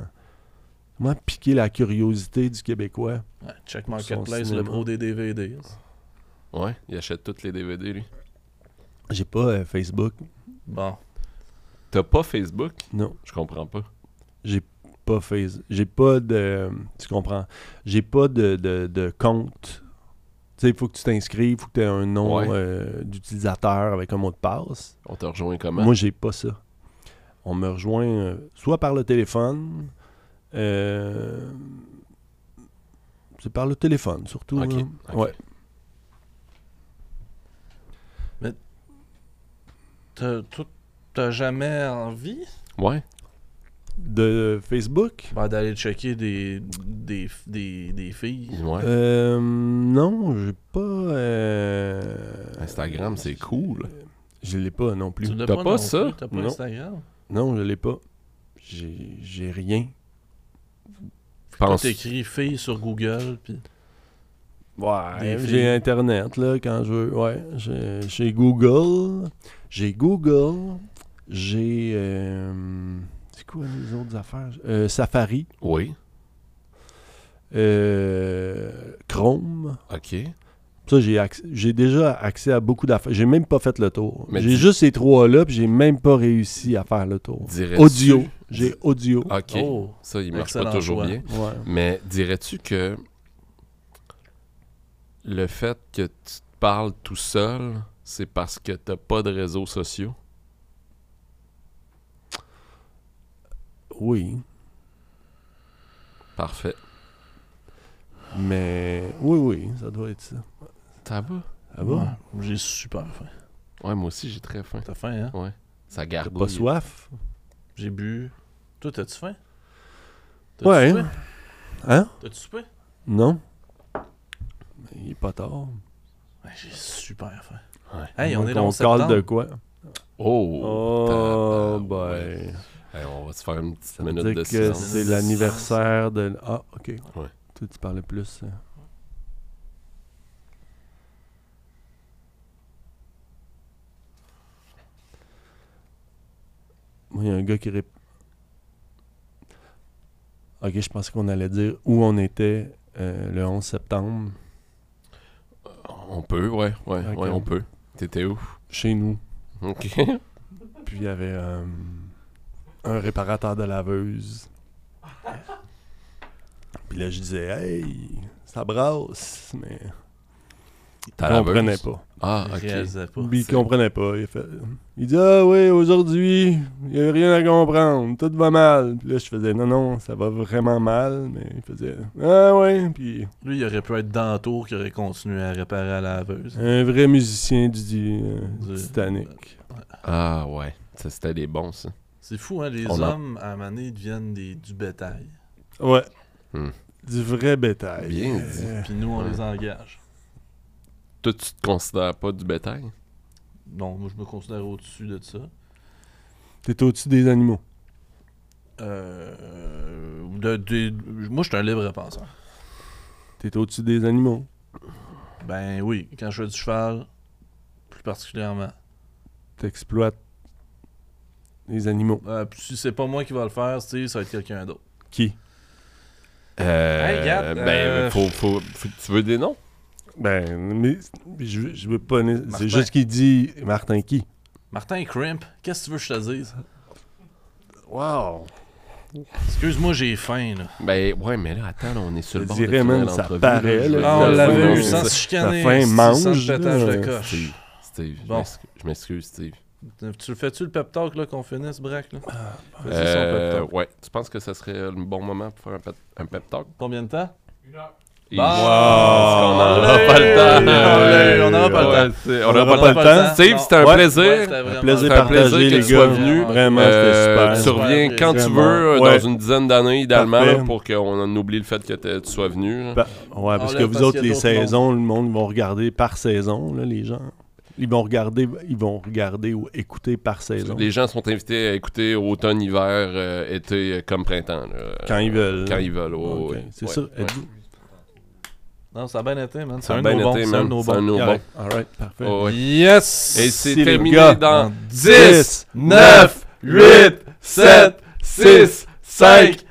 Speaker 3: Comment piquer la curiosité du Québécois
Speaker 2: Ouais, check
Speaker 3: Son
Speaker 2: Marketplace,
Speaker 3: cinéma.
Speaker 2: le pro des DVD.
Speaker 1: Ouais, il achète tous les DVD, lui.
Speaker 3: J'ai pas euh, Facebook.
Speaker 2: Bon.
Speaker 1: T'as pas Facebook?
Speaker 3: Non,
Speaker 1: Je comprends pas.
Speaker 3: pas Facebook. J'ai pas de. Tu comprends J'ai pas de, de, de compte. Tu sais, il faut que tu t'inscrives, il faut que tu aies un nom
Speaker 1: Ouais.
Speaker 3: euh, d'utilisateur avec un mot de passe.
Speaker 1: On te rejoint comment?
Speaker 3: Moi, j'ai pas ça. On me rejoint euh, soit par le téléphone, euh, c'est par le téléphone surtout.
Speaker 1: Ok,
Speaker 3: hein.
Speaker 1: ok.
Speaker 3: Ouais.
Speaker 2: T'as tout- t'as jamais envie
Speaker 1: Ouais.
Speaker 3: De Facebook
Speaker 2: ben, d'aller checker des, des, des, des filles?
Speaker 1: Ouais.
Speaker 3: Euh, Non, j'ai pas. euh,
Speaker 1: Instagram, c'est cool.
Speaker 3: Je l'ai pas non plus.
Speaker 2: Tu l'as
Speaker 1: T'as pas
Speaker 2: non
Speaker 1: ça?
Speaker 2: plus, T'as pas
Speaker 3: Non.
Speaker 2: Instagram?
Speaker 3: Non, je l'ai pas. J'ai j'ai rien.
Speaker 2: Quand
Speaker 1: Pense...
Speaker 2: t'écris filles sur Google, puis
Speaker 3: Ouais,
Speaker 2: Des
Speaker 3: j'ai
Speaker 2: filles.
Speaker 3: Internet, là, quand je veux. Ouais, j'ai j'ai Google. J'ai Google. J'ai. euh, c'est quoi les autres affaires Euh, Safari.
Speaker 1: Oui.
Speaker 3: euh, Chrome.
Speaker 1: OK.
Speaker 3: Ça, j'ai acc- j'ai déjà accès à beaucoup d'affaires. J'ai même pas fait le tour.
Speaker 1: Mais
Speaker 3: J'ai
Speaker 1: dis-
Speaker 3: juste ces trois-là, puis j'ai même pas réussi à faire le tour.
Speaker 1: Dirais-tu-
Speaker 3: Audio. J'ai audio.
Speaker 1: OK.
Speaker 2: Oh,
Speaker 1: ça, il marche
Speaker 2: excellent
Speaker 1: pas toujours
Speaker 2: choix.
Speaker 1: bien.
Speaker 3: Ouais.
Speaker 1: Mais dirais-tu que le fait que tu te parles tout seul, c'est parce que t'as pas de réseaux sociaux?
Speaker 3: Oui.
Speaker 1: Parfait.
Speaker 3: Mais. Oui, oui, ça doit être ça.
Speaker 1: Ça va?
Speaker 3: Ah bon
Speaker 2: ouais, j'ai super faim.
Speaker 1: Ouais, moi aussi, j'ai très faim.
Speaker 2: T'as faim, hein?
Speaker 1: Ça
Speaker 3: T'as
Speaker 1: garde.
Speaker 3: pas soif
Speaker 2: J'ai bu. Toi, t'as-tu faim? T'as-tu
Speaker 3: Ouais.
Speaker 2: soupé?
Speaker 3: Hein
Speaker 2: T'as-tu soupé?
Speaker 3: Non. Mais Il est pas tard.
Speaker 2: Ouais, j'ai super faim.
Speaker 1: Ouais.
Speaker 2: Hey, on
Speaker 3: Donc,
Speaker 2: est là en
Speaker 3: cale
Speaker 2: septembre.
Speaker 3: de quoi
Speaker 1: Oh!
Speaker 3: Oh,
Speaker 1: tabarouette.
Speaker 3: ben.
Speaker 1: Hey, on va se faire une petite
Speaker 3: Ça veut
Speaker 1: minute
Speaker 3: dire
Speaker 1: de
Speaker 3: que
Speaker 1: silence.
Speaker 3: c'est l'anniversaire de. Ah, ok.
Speaker 1: Ouais.
Speaker 3: Toi, tu parlais plus. euh. Moi, il y a un gars qui répond. Ok, je pensais qu'on allait dire où on était euh, le 11 septembre,
Speaker 1: On peut, ouais, ouais,
Speaker 3: Ok.
Speaker 1: ouais, on peut. T'étais où?
Speaker 3: chez nous.
Speaker 1: Ok.
Speaker 3: Puis il y avait euh, un réparateur de laveuse. Puis là, je disais, hey, ça brasse, mais.
Speaker 1: Ta
Speaker 3: Il comprenait
Speaker 1: laveuse?
Speaker 3: pas.
Speaker 1: Ah,
Speaker 2: Je
Speaker 1: ok.
Speaker 2: réalisais pas.
Speaker 3: Puis il comprenait pas. Il, fait- il dit Ah oui, aujourd'hui, il n'y a rien à comprendre, tout va mal. Puis là, je faisais Non, non, ça va vraiment mal. Mais il faisait Ah oui, puis
Speaker 2: Lui, il aurait pu être dans le tour qui aurait continué à réparer à la laveuse.
Speaker 3: un vrai musicien du, di- euh,
Speaker 2: Du-
Speaker 3: Titanic.
Speaker 1: Ah, ouais. Ça, c'était des bons, ça.
Speaker 2: C'est fou, hein? Les
Speaker 1: On a-
Speaker 2: hommes, à un moment donné, deviennent des, du bétail.
Speaker 3: Ouais.
Speaker 1: Hmm.
Speaker 3: Du vrai bétail.
Speaker 1: Bien dit.
Speaker 3: Euh,
Speaker 2: Puis nous, on
Speaker 1: Ouais.
Speaker 2: les engage.
Speaker 1: Toi, tu te considères pas du bétail?
Speaker 2: Non, moi, je me considère au-dessus de ça.
Speaker 3: T'es au-dessus des animaux.
Speaker 2: Euh, de- de- moi, je suis un libre penseur.
Speaker 3: T'es au-dessus des animaux.
Speaker 2: Ben oui, quand je fais du cheval, plus particulièrement.
Speaker 3: t'exploites les animaux.
Speaker 2: Euh, puis si c'est pas moi qui va le faire, tu sais, ça va être quelqu'un d'autre.
Speaker 3: Qui?
Speaker 1: Euh,
Speaker 2: Hey, Gab,
Speaker 1: ben,
Speaker 2: euh,
Speaker 1: faut, faut- faut- tu veux des noms?
Speaker 3: Ben, mais je, je veux pas... né-
Speaker 2: Martin.
Speaker 3: C'est juste qu'il dit Martin qui.
Speaker 2: Martin Crimp, qu'est-ce que tu veux que je te dise?
Speaker 3: Wow!
Speaker 2: Excuse-moi, j'ai faim, là.
Speaker 1: Ben, ouais, mais là, attends, là, on est sur le
Speaker 3: Je
Speaker 1: bord
Speaker 3: dirais,
Speaker 1: de
Speaker 3: man,
Speaker 1: finir
Speaker 3: ça
Speaker 1: l'entrevue.
Speaker 3: paraît,
Speaker 1: je vais-
Speaker 3: là.
Speaker 2: Ah, on
Speaker 3: Ouais,
Speaker 2: l'avait
Speaker 3: ouais,
Speaker 2: eu sans
Speaker 3: ça-
Speaker 2: se chicaner.
Speaker 3: ta faim
Speaker 2: si,
Speaker 3: mange,
Speaker 2: sans le pétage
Speaker 3: là.
Speaker 2: de coche.
Speaker 1: Steve, Steve, je
Speaker 2: Bon.
Speaker 1: m'excuse- je m'excuse, Steve.
Speaker 2: Tu le fais-tu le pep talk là qu'on finisse, Braque? Là? Fais-tu son
Speaker 1: Euh,
Speaker 2: pep talk.
Speaker 1: ouais, tu penses que ça serait le bon moment pour faire un pep, un pep talk?
Speaker 2: Combien de temps?
Speaker 5: Une heure.
Speaker 1: Et-
Speaker 2: Bon.
Speaker 1: Parce qu'on n'aura pas le temps.
Speaker 2: Allez, on n'aura pas le temps.
Speaker 1: Ouais, c'est- On n'aura pas le temps. Steve, c'était un
Speaker 3: Ouais.
Speaker 1: plaisir.
Speaker 2: Un
Speaker 3: plaisir
Speaker 1: C'est un plaisir
Speaker 3: partagé,
Speaker 1: que
Speaker 3: les
Speaker 1: tu
Speaker 3: gars.
Speaker 1: sois venu.
Speaker 3: Vraiment,
Speaker 1: Euh,
Speaker 3: c'était
Speaker 1: tu
Speaker 3: super.
Speaker 1: reviens
Speaker 2: Super,
Speaker 1: quand tu
Speaker 3: vraiment.
Speaker 1: veux, euh,
Speaker 3: Ouais.
Speaker 1: dans une dizaine d'années, idéalement,
Speaker 3: Parfait.
Speaker 1: là, pour qu'on en oublie le fait que t'es- tu sois venu. là.
Speaker 3: Pa- ouais, parce
Speaker 2: là,
Speaker 3: que vous
Speaker 2: parce
Speaker 3: autres,
Speaker 2: qu'il y a
Speaker 3: les
Speaker 2: d'autres mondes.
Speaker 3: saisons, le monde vont regarder par saison, là, les gens. Ils vont regarder, ils vont regarder ou écouter par saison.
Speaker 1: Les gens sont invités à écouter automne, hiver, euh, été, euh, comme printemps. là.
Speaker 3: Quand ils veulent.
Speaker 1: Quand ils veulent, ouais,
Speaker 3: Ok,
Speaker 1: ouais.
Speaker 3: C'est
Speaker 1: Ouais,
Speaker 3: ça.
Speaker 1: ouais.
Speaker 3: Êtes-vous-
Speaker 2: Non, ça a bien été, man. C'est
Speaker 1: Ça a
Speaker 2: un de
Speaker 1: bien
Speaker 2: nos bons.
Speaker 1: été,
Speaker 2: C'est
Speaker 1: man.
Speaker 2: un de nos
Speaker 1: C'est un de
Speaker 2: bons.
Speaker 1: nos
Speaker 3: Correct.
Speaker 1: bons.
Speaker 3: All right, parfait.
Speaker 1: Ouais, ouais.
Speaker 2: Yes!
Speaker 1: Et c'est
Speaker 3: Si, les
Speaker 1: terminé
Speaker 3: gars.
Speaker 1: dans
Speaker 2: Dix,
Speaker 3: neuf,
Speaker 2: huit, sept,
Speaker 1: six, cinq,